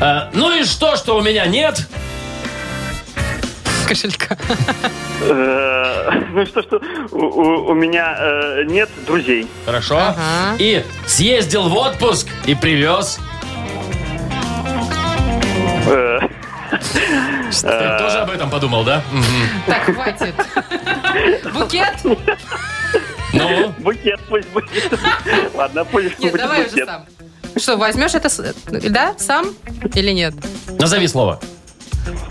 Speaker 2: А, ну и что, что у меня нет?
Speaker 3: Кошелька.
Speaker 10: Э, Ну что, что у- у у меня э, нет друзей.
Speaker 2: Хорошо. И съездил в отпуск и привез.
Speaker 10: Э,
Speaker 2: Ты тоже об этом подумал, да? Мгм. [LAUGHS]
Speaker 3: Так, хватит. Букет?
Speaker 2: Ну,
Speaker 10: Букет пусть будет. [LAUGHS] Ладно, пусть
Speaker 3: Нет,
Speaker 10: будет
Speaker 3: давай уже
Speaker 10: букет.
Speaker 3: сам. Что, возьмешь это, с- да, сам или нет?
Speaker 2: назови слово.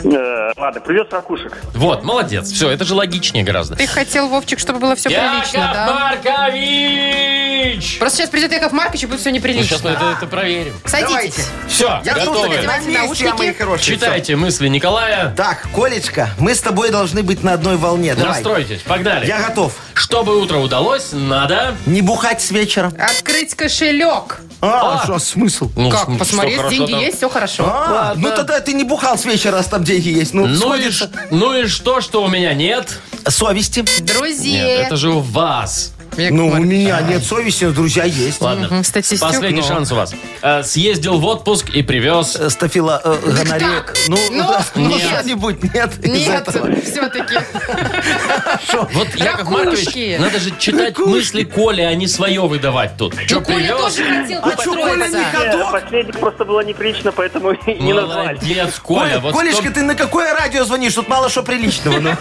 Speaker 10: Э, Ладно, привез ракушек.
Speaker 2: Вот, молодец. Все, это же логичнее гораздо.
Speaker 3: Ты хотел, Вовчик, чтобы было все прилично,
Speaker 2: Яков
Speaker 3: да?
Speaker 2: Маркович!
Speaker 3: Просто сейчас придет Яков Маркович, и будет все
Speaker 2: Ну, сейчас мы
Speaker 3: неприлично.
Speaker 2: это, это проверим.
Speaker 3: Садитесь.
Speaker 2: Все,
Speaker 4: Я тут,
Speaker 2: готовы.
Speaker 4: кстати, на
Speaker 3: Давайте
Speaker 4: месте,
Speaker 3: наушники.
Speaker 4: мои хорошие.
Speaker 2: Читайте мысли Николая.
Speaker 4: Всё. Так, Колечка, мы с тобой должны быть на одной волне. Давай.
Speaker 2: Настройтесь, погнали.
Speaker 4: Я готов.
Speaker 2: Чтобы утро удалось, надо...
Speaker 4: Не бухать с вечера.
Speaker 3: Открыть кошелек.
Speaker 4: А, что, смысл?
Speaker 2: Ну,
Speaker 3: Как?
Speaker 2: см- что
Speaker 3: Посмотреть,
Speaker 2: хорошо
Speaker 3: деньги
Speaker 2: там.
Speaker 3: есть, все хорошо.
Speaker 4: А, ну тогда ты не бухал с вечера, раз там деньги есть. Ну,
Speaker 2: Ну и,
Speaker 4: сходишь.
Speaker 2: ш- ну и что, что у меня нет?
Speaker 4: совести.
Speaker 2: Нет,
Speaker 3: Друзей.
Speaker 2: это же у вас.
Speaker 3: Яков
Speaker 4: Ну, у
Speaker 3: Маркович.
Speaker 4: меня нет совести, но друзья есть.
Speaker 2: Ладно.
Speaker 3: Мгм, статистюк.
Speaker 2: Последний
Speaker 3: Ну.
Speaker 2: шанс у вас. Э, Съездил в отпуск и привез.
Speaker 4: Э, Стафила э, гонорею.
Speaker 3: так.
Speaker 4: Ну,
Speaker 3: Ну,
Speaker 2: [LAUGHS]
Speaker 4: да, ну,
Speaker 2: нет.
Speaker 4: что-нибудь нет. из
Speaker 3: Нет,
Speaker 4: этого.
Speaker 3: все-таки. [LAUGHS]
Speaker 2: Вот Яков
Speaker 3: Ракушки.
Speaker 2: Маркович, надо же читать мысли Коли, а не свое выдавать тут. Че,
Speaker 3: Ну, Коля тоже
Speaker 2: привез?
Speaker 3: хотел
Speaker 4: А чё, Коля не
Speaker 10: Э,
Speaker 3: построиться.
Speaker 4: ходок?
Speaker 10: Последних просто было неприлично, поэтому и не назвали.
Speaker 2: Молодец, Коля. вот
Speaker 4: Колечка,
Speaker 2: чтоб-
Speaker 4: ты на какое радио звонишь? Тут мало что приличного.
Speaker 2: [GASPS]
Speaker 4: ну.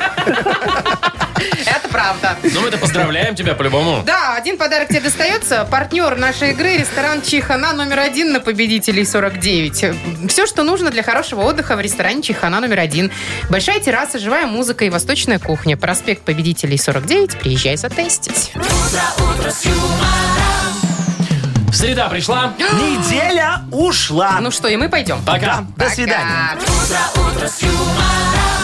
Speaker 3: Это правда.
Speaker 2: Ну, мы-то поздравляем тебя по-любому.
Speaker 3: Да, один подарок тебе достается. Партнер нашей игры – ресторан Чихана номер один на победителей 49. Все, что нужно для хорошего отдыха в ресторане Чихана номер один. Большая терраса, живая музыка и восточная кухня. Проспект победителей 49. Приезжай затестить.
Speaker 2: Среда пришла.
Speaker 4: Неделя ушла.
Speaker 3: А, Ну что, и мы пойдем.
Speaker 2: Пока.
Speaker 4: До свидания.
Speaker 3: Пока.